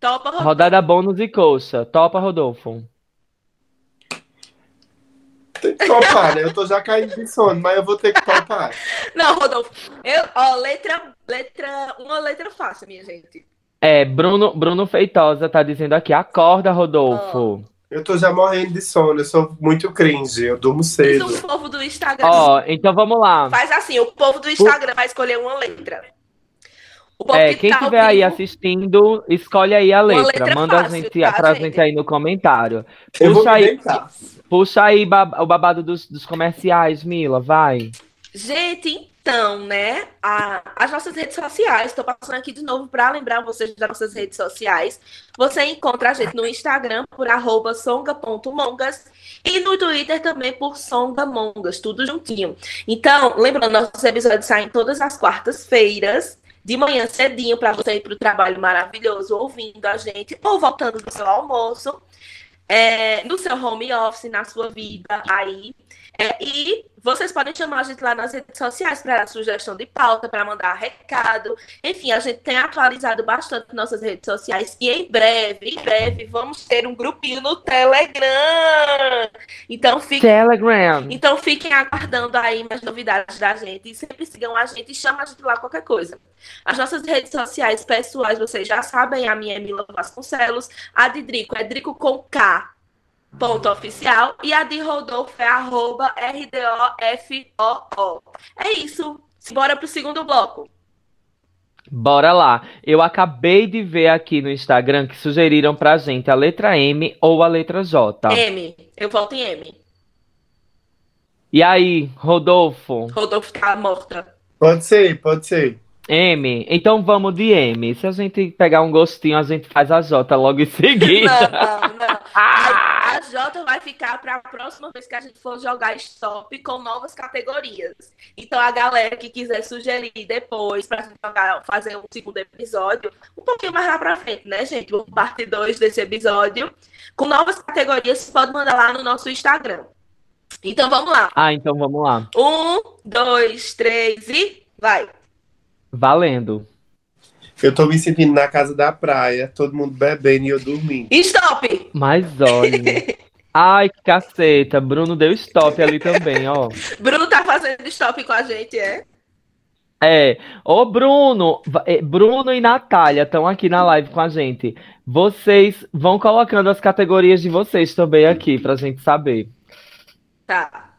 Speaker 2: Topa rodada.
Speaker 3: Rodada bônus e coxa. Topa, Rodolfo.
Speaker 4: Tem que topar, né? Eu tô já caindo de sono, mas eu vou ter que topar.
Speaker 2: Não, Rodolfo. Eu, ó, letra, letra, uma letra fácil, minha gente.
Speaker 3: É, Bruno, Bruno Feitosa tá dizendo aqui: acorda, Rodolfo.
Speaker 4: Eu tô já morrendo de sono, eu sou muito cringe, eu durmo
Speaker 2: Diz
Speaker 4: cedo.
Speaker 2: o povo do Instagram.
Speaker 3: Ó, então vamos lá.
Speaker 2: um Faz assim, o povo do Instagram vai escolher uma letra. O povo
Speaker 3: É,
Speaker 2: que
Speaker 3: quem
Speaker 2: tá ao
Speaker 3: tiver aí
Speaker 2: vivo,
Speaker 3: assistindo, escolhe aí a
Speaker 2: Uma
Speaker 3: letra.
Speaker 2: letra
Speaker 3: Manda
Speaker 2: fácil,
Speaker 3: a gente,
Speaker 2: tá,
Speaker 3: pra
Speaker 2: gente?
Speaker 3: gente aí no comentário.
Speaker 4: Eu vou
Speaker 3: Puxa
Speaker 4: me
Speaker 3: aí,
Speaker 4: deitar.
Speaker 3: puxa aí ba- o babado dos, dos comerciais, Mila, vai.
Speaker 2: Gente, então, né? a- as nossas redes sociais, estou passando aqui de novo para lembrar vocês das nossas redes sociais. Você encontra a gente no Instagram por arroba songa.mongas e no Twitter também por songamongas, tudo juntinho. Então, lembrando, nossos episódios saem todas as quartas-feiras, de manhã cedinho, para você ir para o trabalho maravilhoso ouvindo a gente ou voltando do seu almoço, é, no seu home office, na sua vida aí. É, e vocês podem chamar a gente lá nas redes sociais para sugestão de pauta, para mandar recado. Enfim, a gente tem atualizado bastante nossas redes sociais e em breve, em breve, vamos ter um grupinho no Telegram. Então fiquem,
Speaker 3: Telegram.
Speaker 2: então fiquem aguardando aí mais novidades da gente e sempre sigam a gente e chamem a gente lá qualquer coisa. As nossas redes sociais pessoais, vocês já sabem, a minha é Mila Vasconcelos, a de Drico é Drico com K, ponto oficial, e a de Rodolfo é arroba RDOFOO. É isso. Bora pro segundo bloco.
Speaker 3: Bora lá. Eu acabei de ver aqui no Instagram que sugeriram pra gente a letra M ou a letra J.
Speaker 2: M. Eu volto em M.
Speaker 3: E aí, Rodolfo?
Speaker 2: Rodolfo tá morta.
Speaker 4: Pode ser, pode ser.
Speaker 3: M? Então vamos de M. Se a gente pegar um gostinho, a gente faz a J logo em
Speaker 2: Não,
Speaker 3: seguida.
Speaker 2: não, não. A, a Jota vai ficar para a próxima vez que a gente for jogar stop com novas categorias. Então, a galera que quiser sugerir depois para fazer um segundo episódio, um pouquinho mais lá para frente, né, gente? Uma Parte 2 desse episódio, com novas categorias, pode mandar lá no nosso Instagram. Então, vamos lá.
Speaker 3: Ah, então vamos lá.
Speaker 2: Um, dois, três e vai.
Speaker 3: Valendo.
Speaker 4: Eu tô me sentindo na casa da praia, todo mundo bebendo e eu dormindo.
Speaker 2: Stop!
Speaker 3: Mas olha. Ai, que caceta. Bruno deu stop ali também, ó.
Speaker 2: Bruno tá fazendo stop com a gente, é?
Speaker 3: É, ô Bruno, va- é, Bruno e Natália estão aqui na live com a gente. Vocês vão colocando as categorias de vocês também aqui pra gente saber.
Speaker 2: Tá.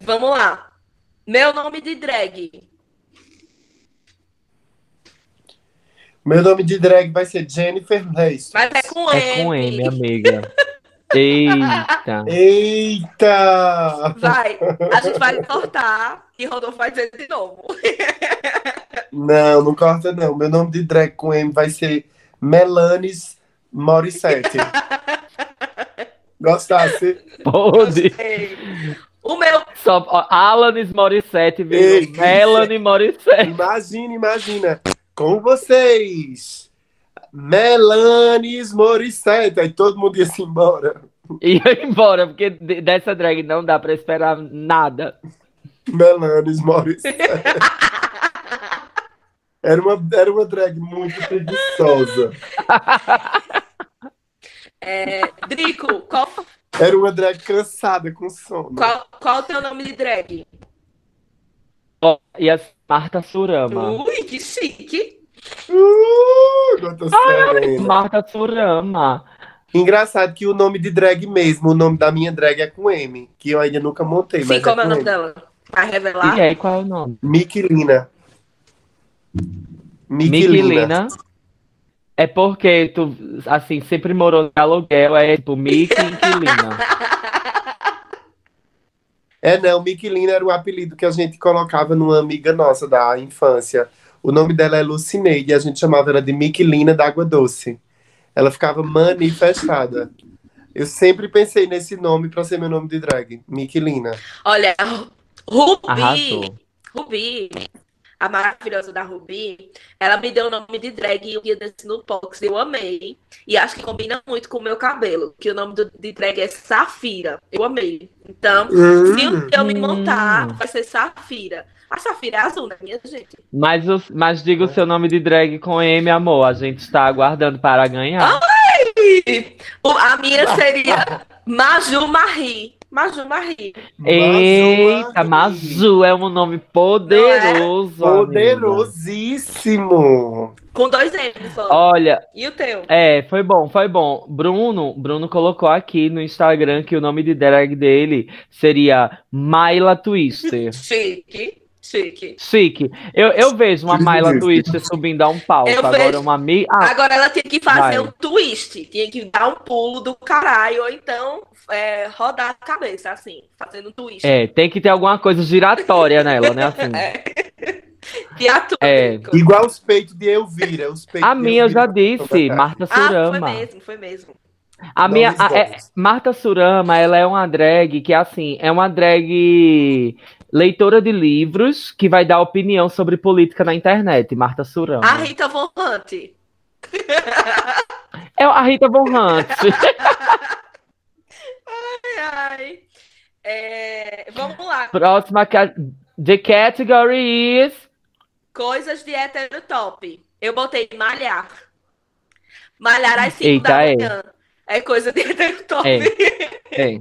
Speaker 2: Vamos lá. Meu nome de drag.
Speaker 4: Meu nome de drag vai ser Jennifer Leiston.
Speaker 2: Mas é com
Speaker 3: É com
Speaker 2: M.
Speaker 3: M, amiga. Eita.
Speaker 4: Eita!
Speaker 2: Vai. A gente vai cortar e Rodolfo vai dizer de novo.
Speaker 4: Não, não corta não. Meu nome de drag com M vai ser Melanes Morissette. Gostasse?
Speaker 3: Pode.
Speaker 2: Gostei. O meu.
Speaker 3: Só, ó, Alanis Morissette
Speaker 4: Ei,
Speaker 3: virou
Speaker 4: que
Speaker 3: Melanie Morissette.
Speaker 4: Imagina, imagina. Com vocês, Melanes Morissette. Aí todo mundo ia se embora.
Speaker 3: E ia embora, porque de- dessa drag não dá pra esperar nada.
Speaker 4: Melanes Morissette. Era uma, era uma drag muito preguiçosa.
Speaker 2: É, Drico, qual,
Speaker 4: Era uma drag cansada com sono.
Speaker 2: qual, qual é o teu nome de drag?
Speaker 3: Ó, e a Marta Surama.
Speaker 2: Ui, que chique.
Speaker 4: Uh, gota serena.
Speaker 3: Marta Surama.
Speaker 4: Engraçado que o nome de drag mesmo, o nome da minha drag é com M, que eu ainda nunca montei.
Speaker 2: Sim,
Speaker 4: mas
Speaker 2: como é
Speaker 4: é com
Speaker 2: o nome
Speaker 4: M.
Speaker 2: dela? Vai revelar?
Speaker 3: E aí, qual é o nome?
Speaker 4: Miquelina. Miquelina.
Speaker 3: Miquelina. É porque tu, assim, sempre morou no aluguel, é tipo Mick e Inquilina.
Speaker 4: É, não, Miquelina era o apelido que a gente colocava numa amiga nossa da infância. O nome dela é Lucineide, e a gente chamava ela de Miquelina da Água Doce. Ela ficava manifestada. Eu sempre pensei nesse nome para ser meu nome de drag, Miquelina.
Speaker 2: Olha, Rubi,
Speaker 3: Arrasou.
Speaker 2: Rubi, a maravilhosa da Rubi, ela me deu o nome de drag um dia desse no Pox, eu amei. E acho que combina muito com o meu cabelo, que o nome do, de drag é Safira. Eu amei. Então, se um dia eu me montar,
Speaker 3: Uhum.
Speaker 2: vai ser Safira. A Safira é azul, né, minha gente?
Speaker 3: Mas, os, mas diga o seu nome de drag com M, amor. A gente está aguardando para ganhar.
Speaker 2: E o- a minha seria Maju Marie. Maju Marie.
Speaker 3: Eita, Mazu é um nome poderoso.
Speaker 4: é?
Speaker 3: amiga.
Speaker 4: Poderosíssimo!
Speaker 2: Com dois M's, ó.
Speaker 3: Olha,
Speaker 2: E o teu?
Speaker 3: é, foi bom, foi bom. Bruno, Bruno colocou aqui no Instagram que o nome de drag dele seria Myla Twister.
Speaker 2: Chique, chique.
Speaker 3: Chique. Eu, eu vejo uma
Speaker 4: Que
Speaker 3: Myla
Speaker 4: delícia.
Speaker 3: Twister subindo a um palco.
Speaker 2: Eu
Speaker 3: Agora
Speaker 2: vejo.
Speaker 3: uma Mi. Ah,
Speaker 2: Agora ela tinha que fazer
Speaker 3: Vai.
Speaker 2: um twist, tinha que dar um pulo do caralho, ou então é, rodar a cabeça, assim, fazendo um twist.
Speaker 3: é, tem que ter alguma coisa giratória nela, né? Assim.
Speaker 2: É. De ator.
Speaker 3: É.
Speaker 4: Igual os peitos de Elvira. Os peitos
Speaker 3: A
Speaker 4: de
Speaker 3: minha eu já
Speaker 4: Elvira.
Speaker 3: disse, Marta
Speaker 2: Ah, foi
Speaker 3: Surama.
Speaker 2: mesmo, foi mesmo.
Speaker 3: A
Speaker 4: Não
Speaker 3: minha,
Speaker 4: me
Speaker 3: a- é-
Speaker 4: esgote.
Speaker 3: Marta Surama, ela é uma drag que, assim, é uma drag leitora de livros que vai dar opinião sobre política na internet, Marta Surama.
Speaker 2: A Rita Von Hunt.
Speaker 3: É a Rita Von Hunt.
Speaker 2: Ai, ai. É, vamos lá.
Speaker 3: Próxima, ca- the category is...
Speaker 2: Coisas de hétero top. Eu botei malhar. Malhar às 5
Speaker 3: Eita,
Speaker 2: da
Speaker 3: é.
Speaker 2: manhã. É. coisa de hétero top. É.
Speaker 3: É,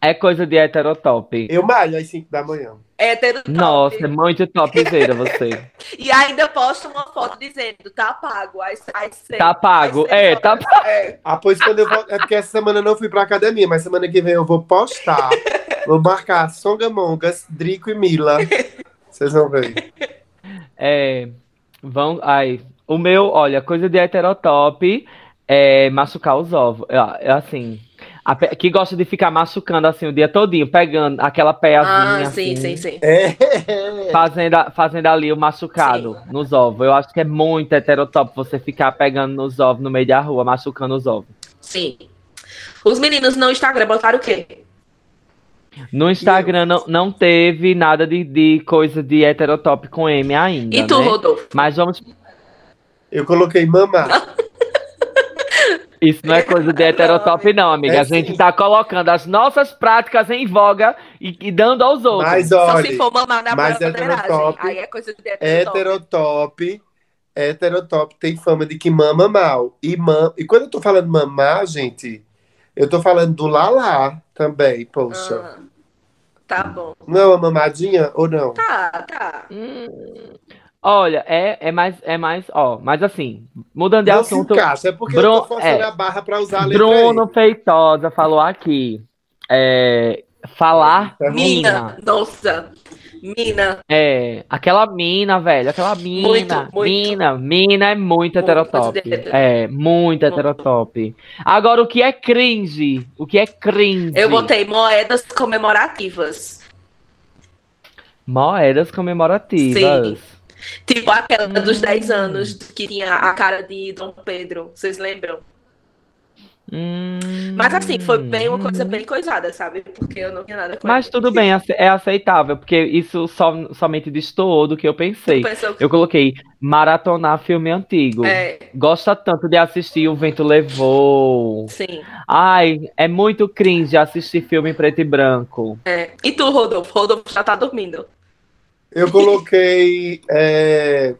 Speaker 3: é coisa de heterotop.
Speaker 4: Eu malho às 5 da manhã.
Speaker 2: Hétero top.
Speaker 3: Nossa, é muito topzera você.
Speaker 2: E ainda posta uma foto dizendo, tá pago. Aí, aí sei.
Speaker 3: Tá pago. É, tá pago.
Speaker 2: É.
Speaker 4: Ah, pois quando eu vou. É porque essa semana eu não fui pra academia, mas semana que vem eu vou postar. vou marcar Songamongas, Drico e Mila. Vocês vão ver.
Speaker 3: É, vão, ai, o meu, olha, coisa de heterotop é machucar os ovos. É, é assim, a pe- que gosta de ficar machucando assim o dia todinho, pegando aquela
Speaker 2: Ah,
Speaker 3: peazinha
Speaker 2: sim, sim,
Speaker 3: assim,
Speaker 2: sim.
Speaker 4: É.
Speaker 3: Fazendo, a- fazendo ali o machucado nos ovos. Eu acho que é muito heterotop você ficar pegando nos ovos no meio da rua, machucando os ovos.
Speaker 2: Sim. Os meninos no Instagram botaram o quê?
Speaker 3: No Instagram não, não teve nada de, de coisa de heterotop com M ainda,
Speaker 2: E tu,
Speaker 3: né?
Speaker 2: Rodolfo?
Speaker 3: Mas vamos.
Speaker 4: Eu coloquei
Speaker 3: Tá
Speaker 4: mamar.
Speaker 3: Isso não é coisa de heterotop, não, amiga.
Speaker 4: É
Speaker 3: a gente
Speaker 4: sim.
Speaker 3: tá colocando as nossas práticas em voga e, e dando aos outros.
Speaker 4: Mas
Speaker 2: Só se
Speaker 4: olha,
Speaker 2: for mamar na
Speaker 4: mas
Speaker 2: broderagem.
Speaker 4: heterotop-
Speaker 2: Aí é coisa de hétero top.
Speaker 4: heterotop. Heterotop tem fama de que mama mal. E, mam... e quando eu tô falando mamar, gente, eu tô falando do lalá também, poxa.
Speaker 2: Ah, tá bom.
Speaker 4: Não é uma mamadinha ou não?
Speaker 2: Tá, tá.
Speaker 3: Hum. Olha, é, é mais, é mais, ó, mas assim, mudando de
Speaker 4: Não se
Speaker 3: assunto,
Speaker 4: encaixa, é porque eu
Speaker 3: Bron-
Speaker 4: tô forçando
Speaker 3: é.
Speaker 4: a barra pra usar a letra
Speaker 3: Bruno Feitosa falou aqui. é, falar
Speaker 4: Eita.
Speaker 2: Mina, nossa. Mina,
Speaker 3: É, aquela mina, velho, aquela mina,
Speaker 2: Muito, muito.
Speaker 3: mina, mina é muito
Speaker 2: Muito,
Speaker 3: heterotop.
Speaker 2: muito de-
Speaker 3: É, muito heterotop. Agora, o que é cringe? O que é cringe?
Speaker 2: eu botei moedas comemorativas.
Speaker 3: Moedas comemorativas.
Speaker 2: Tipo aquela dos
Speaker 3: Hum.
Speaker 2: 10 anos que tinha a cara de Dom Pedro. Vocês lembram?
Speaker 3: Hum.
Speaker 2: Mas assim, foi bem uma coisa bem coisada, sabe? Porque eu não tinha nada com
Speaker 3: Mas
Speaker 2: ele.
Speaker 3: tudo bem, ace- é aceitável, porque isso som- somente destoou do que eu pensei.
Speaker 2: Pensou que-
Speaker 3: Eu coloquei maratonar filme antigo.
Speaker 2: É,
Speaker 3: Gosta tanto de assistir O Vento Levou.
Speaker 2: sim.
Speaker 3: Ai, é muito cringe assistir filme em preto e branco.
Speaker 2: É. E tu, Rodolfo? Rodolfo já tá dormindo.
Speaker 4: Eu coloquei. é,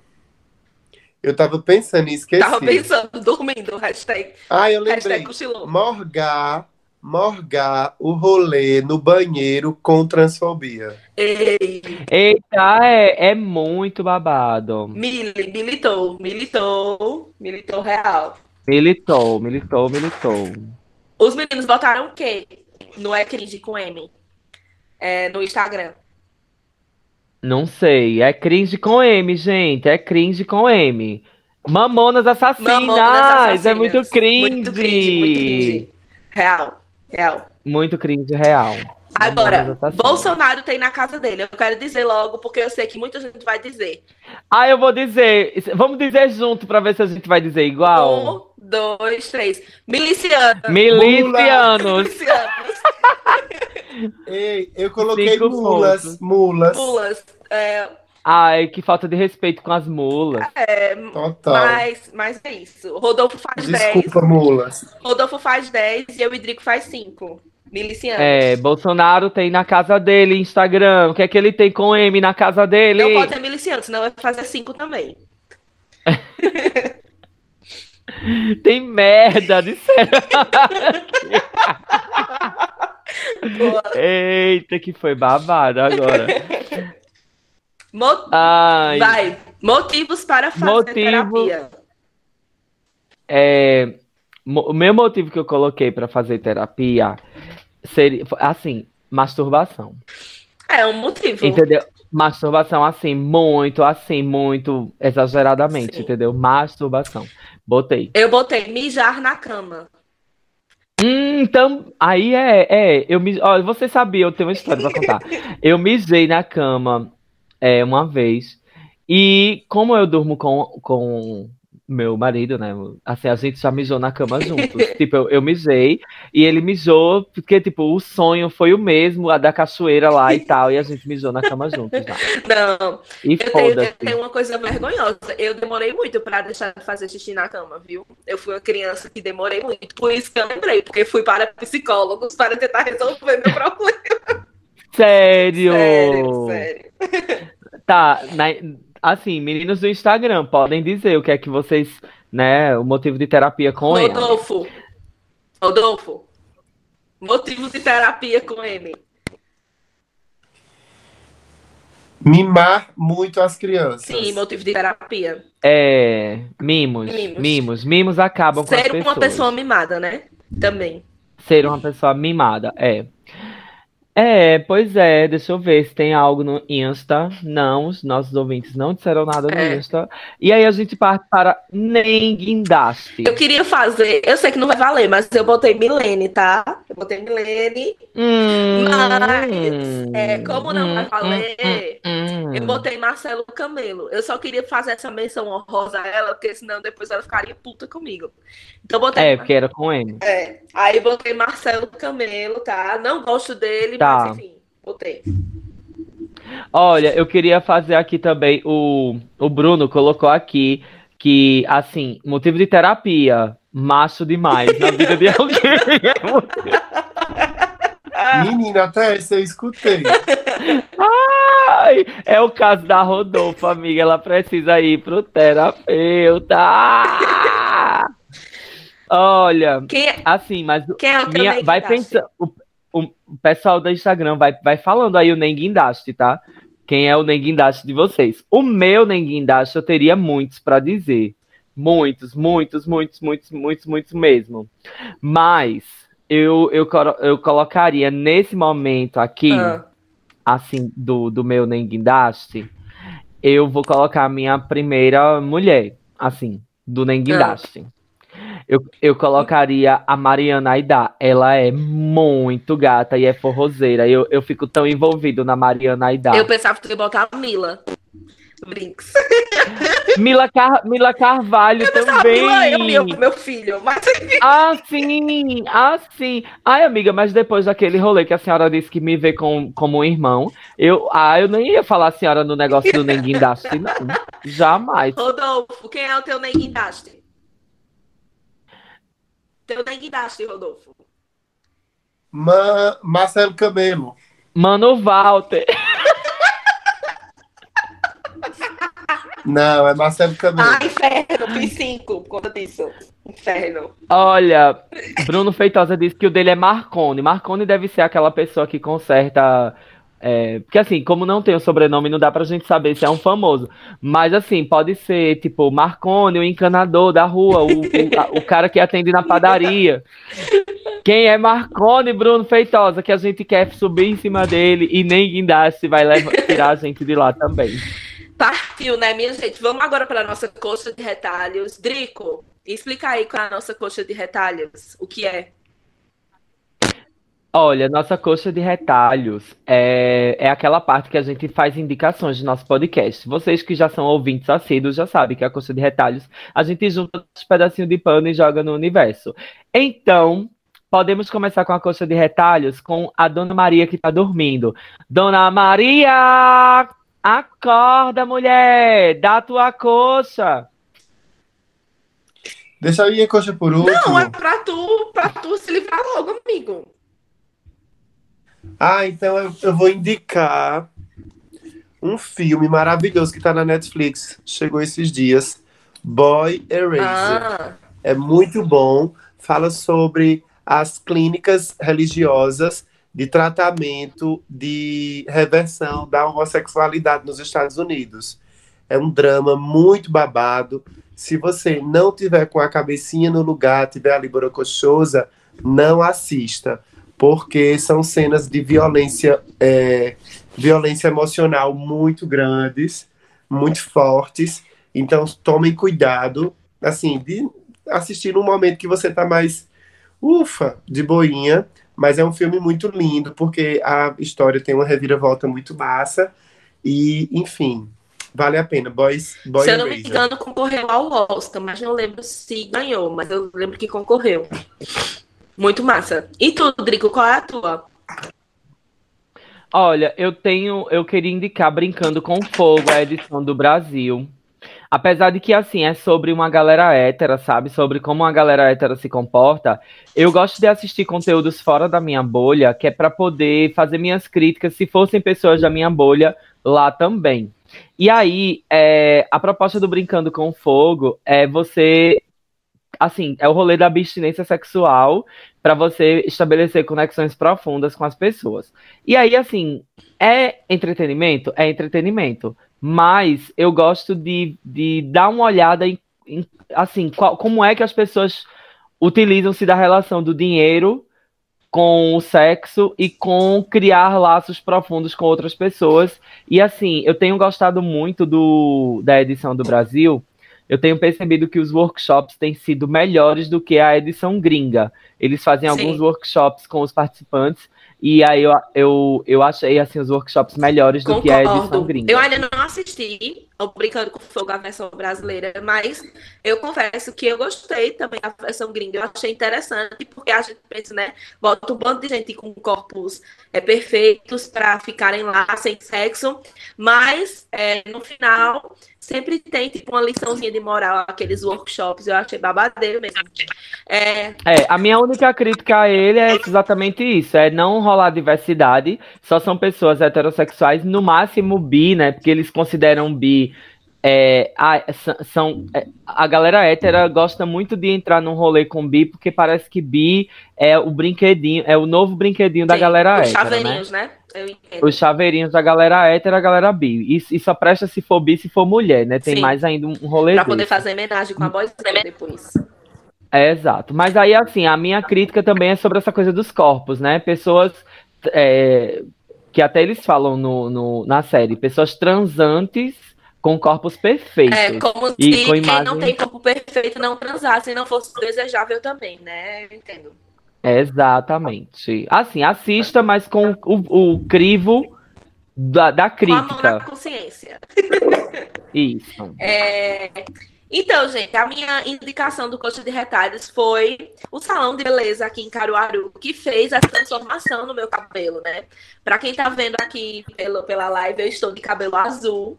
Speaker 4: Eu tava pensando e esqueci.
Speaker 2: Tava pensando, dormindo. Hashtag,
Speaker 4: Ah, eu
Speaker 2: hashtag
Speaker 4: lembrei.
Speaker 2: cochilou.
Speaker 4: Morgar, morgar o rolê no banheiro com transfobia.
Speaker 2: Ei,
Speaker 3: Eita, é, é muito babado.
Speaker 2: Mili, militou, militou, militou real.
Speaker 3: Militou, militou, militou.
Speaker 2: Os meninos botaram o quê? No é cringe com M. É, no Instagram.
Speaker 3: Não sei, é cringe com M, gente. É cringe com M. Mamonas Assassinas!
Speaker 2: Mamonas
Speaker 3: É
Speaker 2: Assassinas.
Speaker 3: muito cringe.
Speaker 2: Muito cringe, muito cringe. Real, real.
Speaker 3: Muito cringe real.
Speaker 2: Agora,
Speaker 3: Tá certo.
Speaker 2: Bolsonaro tem na casa dele. Eu quero dizer logo, porque eu sei que muita gente vai dizer.
Speaker 3: Ah, eu vou dizer. Vamos dizer junto pra ver se a gente vai dizer igual.
Speaker 2: Um, dois, três. Miliciano.
Speaker 3: Milicianos.
Speaker 2: Milicianos.
Speaker 4: Ei, eu coloquei
Speaker 3: Cinco
Speaker 4: mulas,
Speaker 3: pontos.
Speaker 4: mulas.
Speaker 2: Pulas. É,
Speaker 3: Ai, que falta de respeito com as mulas.
Speaker 2: é,
Speaker 4: Total.
Speaker 2: mas, mas é isso. Rodolfo faz dez.
Speaker 4: Tá. Desculpa, mulas.
Speaker 2: Rodolfo faz 10 e eu e Drico faz 5. Miliciano.
Speaker 3: É, Bolsonaro tem na casa dele Instagram. O que é que ele tem com M na casa dele?
Speaker 2: Não pode ter miliciano, senão vai fazer 5 também.
Speaker 3: Tem merda de sério.
Speaker 2: Boa.
Speaker 3: Eita, que foi babado agora.
Speaker 2: Mo-
Speaker 3: Ai,
Speaker 2: Vai. Motivos para fazer
Speaker 3: Motivo.
Speaker 2: terapia.
Speaker 3: é, mo- o meu motivo que eu coloquei pra fazer terapia seria assim, masturbação.
Speaker 2: É um motivo.
Speaker 3: Entendeu? Masturbação, assim, muito, assim, muito exageradamente,
Speaker 2: Sim.
Speaker 3: entendeu? Masturbação. Botei.
Speaker 2: Eu botei mijar na cama.
Speaker 3: Hum, então, aí é, é, eu me, olha, você sabia, eu tenho uma história pra contar. Eu mijei na cama é, uma vez e como eu durmo com, com meu marido, né, assim, a gente já mijou na cama juntos. Tipo, eu, eu mijei e ele mijou porque, tipo, o sonho foi o mesmo, a da cachoeira lá e tal, e a gente mijou na cama juntos já.
Speaker 2: Não,
Speaker 3: E
Speaker 2: eu tenho, eu
Speaker 3: foda-se.
Speaker 2: tenho uma coisa vergonhosa. Eu demorei muito para deixar de fazer xixi na cama, viu? Eu fui uma criança que demorei muito. Por isso que eu lembrei, porque fui para psicólogos para tentar resolver meu problema.
Speaker 3: Sério?
Speaker 2: Sério, sério.
Speaker 3: Tá, na- assim, meninos do Instagram, podem dizer o que é que vocês, né, o motivo de terapia com ele.
Speaker 2: Rodolfo. Rodolfo. Motivos de terapia com ele.
Speaker 4: Mimar muito as crianças.
Speaker 2: Sim, motivo de terapia.
Speaker 3: É, mimos,
Speaker 2: Mimos.
Speaker 3: mimos, mimos acabam Tá com as
Speaker 2: Ser uma
Speaker 3: pessoas.
Speaker 2: pessoa mimada, né? Também.
Speaker 3: Ser uma pessoa mimada, é. É, pois é, deixa eu ver se tem algo no Insta. Não, os nossos ouvintes não disseram nada no
Speaker 2: É.
Speaker 3: Insta. E aí a gente parte para nem guindaste.
Speaker 2: Eu queria fazer, eu sei que não vai valer, mas eu botei Milene, tá? Eu botei Milene.
Speaker 3: Hum,
Speaker 2: Mas, é, como não vai
Speaker 3: hum,
Speaker 2: valer,
Speaker 3: hum,
Speaker 2: eu botei Marcelo Camelo. Eu só queria fazer essa menção honrosa a ela, porque senão depois ela ficaria puta comigo. Então eu botei.
Speaker 3: É, porque era com M.
Speaker 2: É. Aí eu botei Marcelo Camelo, tá? Não gosto dele,
Speaker 3: Tá.
Speaker 2: mas enfim, botei.
Speaker 3: Olha, eu queria fazer aqui também. O, o Bruno colocou aqui que, assim, motivo de terapia, macho demais na vida de alguém.
Speaker 4: Menina, até essa eu escutei.
Speaker 3: Ai, é o caso da Rodolfo, amiga. Ela precisa ir pro terapeuta. Olha,
Speaker 2: Quem é,
Speaker 3: assim, mas
Speaker 2: quem é o
Speaker 3: minha-
Speaker 2: também
Speaker 3: vai
Speaker 2: que acha?
Speaker 3: pensando. O, o- o pessoal do Instagram vai, vai falando aí o Nenguindaste, tá? Quem é o Nenguindaste de vocês? O meu Nenguindaste eu teria muitos pra dizer. Muitos, muitos, muitos, muitos, muitos, muitos mesmo. Mas eu, eu, coro- eu colocaria nesse momento aqui,
Speaker 2: Ah,
Speaker 3: assim, do, do meu Nenguindaste, eu vou colocar a minha primeira mulher, assim, do
Speaker 2: Ah.
Speaker 3: Nenguindaste. Eu, eu colocaria a Mariana Aidá. Ela é muito gata e é forrozeira. Eu, eu fico tão envolvido na Mariana Aidá.
Speaker 2: Eu pensava que eu ia botar a Mila. Brinks.
Speaker 3: Mila, Car- Mila Carvalho também.
Speaker 2: Mila, eu, meu, meu filho, mas
Speaker 3: Ah, sim! Ah, sim! Ai, amiga, mas depois daquele rolê que a senhora disse que me vê com, como um irmão, eu, ah, eu nem ia falar a senhora no negócio do Nenguindaste, não. Jamais.
Speaker 2: Rodolfo, quem é o teu Neguindaste? Teu Neguindaste, Rodolfo.
Speaker 4: Ma Marcelo Camelo.
Speaker 3: Mano Walter.
Speaker 4: Não, é Marcelo Camelo.
Speaker 2: Ah, inferno, fiz cinco por conta disso. Inferno.
Speaker 3: Olha, Bruno Feitosa disse que o dele é Marcone. Marcone deve ser aquela pessoa que conserta. é, porque assim, como não tem o sobrenome, não dá pra gente saber se é um famoso. Mas assim, pode ser tipo Marcone, o encanador da rua, o, o- a- o cara que atende na padaria. Quem é Marcone, Bruno Feitosa, que a gente quer subir em cima dele e nem guindaste vai levar- tirar a gente de lá também.
Speaker 2: Partiu, né, minha gente? Vamos agora para a nossa coxa de retalhos. Drico, explica aí qual é a nossa coxa de retalhos. O que é?
Speaker 3: Olha, nossa coxa de retalhos é, é aquela parte que a gente faz indicações de nosso podcast. Vocês que já são ouvintes assíduos já sabem que a coxa de retalhos a gente junta os pedacinhos de pano e joga no universo. Então, podemos começar com a coxa de retalhos com a Dona Maria que tá dormindo. Dona Maria! Acorda, mulher! Dá tua coxa!
Speaker 4: Deixa a minha coxa por último.
Speaker 2: Não, é pra tu, pra tu se livrar logo, amigo.
Speaker 4: Ah, então eu, eu vou indicar um filme maravilhoso que tá na Netflix. Chegou esses dias. Boy Eraser.
Speaker 2: Ah,
Speaker 4: É muito bom. Fala sobre as clínicas religiosas de tratamento de reversão da homossexualidade nos Estados Unidos. É um drama muito babado. Se você não tiver com a cabecinha no lugar, tiver ali borocochosa, não assista, porque são cenas de violência, é, violência emocional muito grandes, muito fortes. Então tomem cuidado, assim, de assistir num momento que você tá mais ufa, de boinha, mas é um filme muito lindo, porque a história tem uma reviravolta muito massa e, enfim, vale a pena. Boys, Boy
Speaker 2: se eu não me
Speaker 4: Eraser.
Speaker 2: engano, concorreu ao Oscar, mas não lembro se ganhou, mas eu lembro que concorreu. Muito massa. E tu, Drico, qual é a tua?
Speaker 3: Olha, eu tenho, eu queria indicar Brincando com Fogo, a edição do Brasil. Apesar de que, assim, é sobre uma galera hétera, sabe? Sobre como a galera hétera se comporta. Eu gosto de assistir conteúdos fora da minha bolha, que é para poder fazer minhas críticas, se fossem pessoas da minha bolha, lá também. E aí, é, a proposta do Brincando com Fogo é você. Assim, é o rolê da abstinência sexual para você estabelecer conexões profundas com as pessoas. E aí, assim, é entretenimento? É entretenimento. Mas eu gosto de, de dar uma olhada em, em, assim, qual- como é que as pessoas utilizam-se da relação do dinheiro com o sexo e com criar laços profundos com outras pessoas. E assim, eu tenho gostado muito do, da edição do Brasil. Eu tenho percebido que os workshops têm sido melhores do que a edição gringa. Eles fazem
Speaker 2: Sim.
Speaker 3: alguns workshops com os participantes e aí eu, eu, eu achei assim os workshops melhores do que é a edição
Speaker 2: Concordo.
Speaker 3: gringa.
Speaker 2: Eu ainda não assisti ao Brincando com Fogo, a versão brasileira, mas eu confesso que eu gostei também da versão gringa. Eu achei interessante, porque a gente pensa, né? Bota um bando de gente com corpos é, perfeitos para ficarem lá sem sexo, mas é, no final sempre tem tipo uma liçãozinha de moral, aqueles workshops. Eu achei babadeiro mesmo. É,
Speaker 3: É, a minha única crítica a ele é exatamente isso, é não rolar diversidade, só são pessoas heterossexuais, no máximo bi, né, porque eles consideram bi, é, a, s- são, é, a galera hétera gosta muito de entrar num rolê com bi, porque parece que bi é o brinquedinho, é o novo brinquedinho da
Speaker 2: tem
Speaker 3: galera
Speaker 2: os
Speaker 3: hétera, né?
Speaker 2: chaveirinhos, né? Eu entendo.
Speaker 3: Os chaveirinhos da galera hétera, a galera bi, e, e só presta se for bi, se for mulher, né, tem
Speaker 2: Sim.
Speaker 3: mais ainda um um rolê
Speaker 2: Pra poder
Speaker 3: desse.
Speaker 2: fazer homenagem com a voz depois.
Speaker 3: É, exato. Mas aí, assim, a minha crítica também é sobre essa coisa dos corpos, né? Pessoas é, que até eles falam no, no- na série, pessoas transantes com corpos perfeitos.
Speaker 2: É, como
Speaker 3: E
Speaker 2: se
Speaker 3: com
Speaker 2: quem
Speaker 3: imagem-
Speaker 2: não tem corpo perfeito não transasse, não fosse desejável também, né? Eu entendo.
Speaker 3: Exatamente. Assim, assista, mas com o, o crivo da, da
Speaker 2: Com a mão na
Speaker 3: crítica.
Speaker 2: consciência.
Speaker 3: Isso.
Speaker 2: É, Então, gente, a minha indicação do Coxa de Retalhos foi o salão de beleza aqui em Caruaru, que fez essa transformação no meu cabelo, né? Pra quem tá vendo aqui pelo, pela live, eu estou de cabelo azul.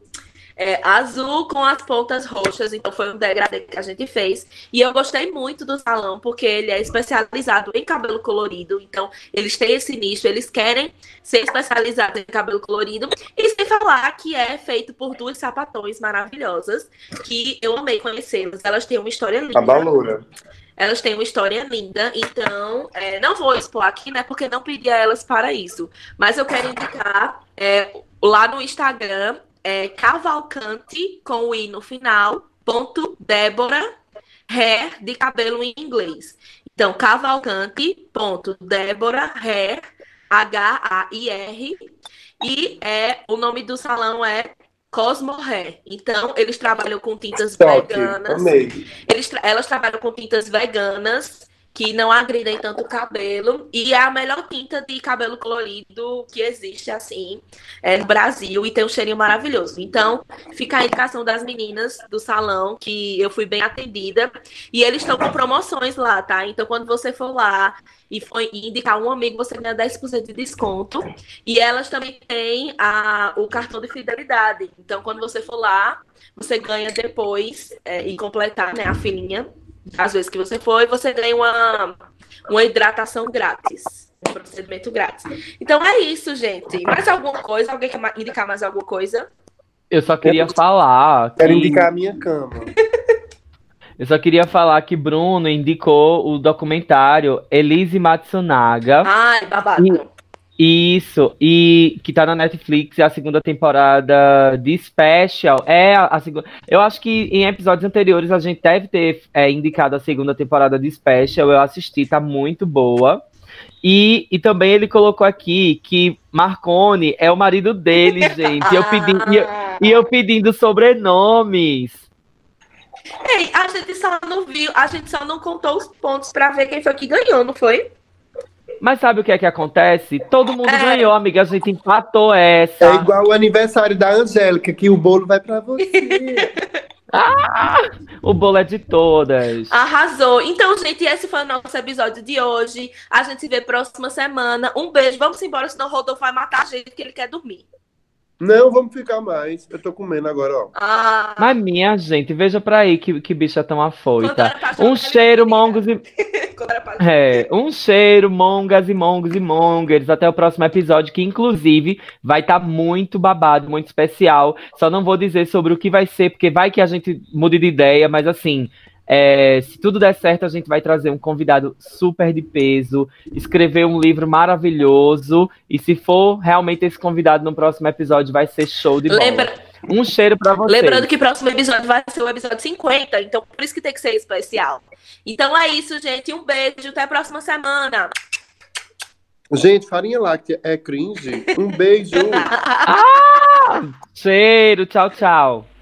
Speaker 2: É, azul com as pontas roxas, então foi um degradê que a gente fez. E eu gostei muito do salão, porque ele é especializado em cabelo colorido, então eles têm esse nicho, eles querem ser especializados em cabelo colorido. E sem falar que é feito por duas sapatões maravilhosas, que eu amei conhecê-las. Elas têm uma história linda.
Speaker 4: A Baloura.
Speaker 2: Elas têm uma história linda, então é, não vou expor aqui, né? Porque não pedi a elas para isso. Mas eu quero indicar é, lá no Instagram, é, Cavalcante com o i no final, ponto Débora Hair de cabelo em inglês. Então, Cavalcante, ponto Débora Hair, H-A-I-R. E é, o nome do salão é Cosmo Hair. Então, eles trabalham com tintas
Speaker 4: Top.
Speaker 2: veganas.
Speaker 4: Amei.
Speaker 2: Eles tra- elas trabalham com tintas veganas que não agridem tanto o cabelo. E é a melhor tinta de cabelo colorido que existe, assim, é, no Brasil. E tem um cheirinho maravilhoso. Então, fica a indicação das meninas do salão, que eu fui bem atendida. E eles estão com promoções lá, tá? Então, quando você for lá e for indicar um amigo, você ganha 10% de desconto. E elas também têm a, o cartão de fidelidade. Então, quando você for lá, você ganha depois é, e completar né, a filinha às vezes que você for, e você ganha uma, uma hidratação grátis. Um procedimento grátis. Então é isso, gente. Mais alguma coisa? Alguém quer ma- indicar mais alguma coisa?
Speaker 3: Eu só queria falar.
Speaker 4: Quero
Speaker 3: que-
Speaker 4: indicar a minha cama.
Speaker 3: Eu só queria falar que Bruno indicou o documentário Elise Matsunaga.
Speaker 2: Ai, babado.
Speaker 3: Isso, e que tá na Netflix, é a segunda temporada de Special. É a, a segunda. Eu acho que em episódios anteriores a gente deve ter é, indicado a segunda temporada de Special. Eu assisti, tá muito boa. E, e também ele colocou aqui que Marconi é o marido dele, gente. E eu, pedi, e eu,
Speaker 2: Ah.
Speaker 3: e eu pedindo sobrenomes.
Speaker 2: Ei, a gente só não viu, a gente só não contou os pontos pra ver quem foi que ganhou, não foi?
Speaker 3: Mas sabe o que é que acontece? Todo mundo
Speaker 2: É.
Speaker 3: ganhou, amiga. A gente empatou essa.
Speaker 4: É igual o aniversário da Angélica, que o bolo vai pra você.
Speaker 3: O bolo é de todas.
Speaker 2: Ah. Arrasou. Então, gente, esse foi o nosso episódio de hoje. A gente se vê próxima semana. Um beijo. Vamos embora, senão o Rodolfo vai matar a gente que ele quer dormir.
Speaker 4: Não, vamos ficar mais. Eu tô comendo agora, ó.
Speaker 2: Ah,
Speaker 3: Mas minha gente, veja pra aí que, que bicha tão
Speaker 2: quando era
Speaker 3: afoita.
Speaker 2: pra jogar,
Speaker 3: Um
Speaker 2: ele
Speaker 3: cheiro,
Speaker 2: queria.
Speaker 3: mongos e.
Speaker 2: Quando era pra jogar.
Speaker 3: É, um cheiro, mongas e mongos e mongers. Até o próximo episódio, que inclusive vai estar muito babado, muito especial. Só não vou dizer sobre o que vai ser, porque vai que a gente mude de ideia, mas assim. é, se tudo der certo, a gente vai trazer um convidado super de peso, escrever um livro maravilhoso. E se for realmente esse convidado no próximo episódio, vai ser show de bola.
Speaker 2: Lembra,
Speaker 3: Um cheiro pra vocês.
Speaker 2: Lembrando que o próximo episódio vai ser o episódio 50, então por isso que tem que ser especial. Então é isso, gente. Um beijo, até a próxima semana.
Speaker 4: Gente, farinha láctea
Speaker 3: Uh.
Speaker 4: é cringe. Um beijo.
Speaker 3: Cheiro, tchau, tchau.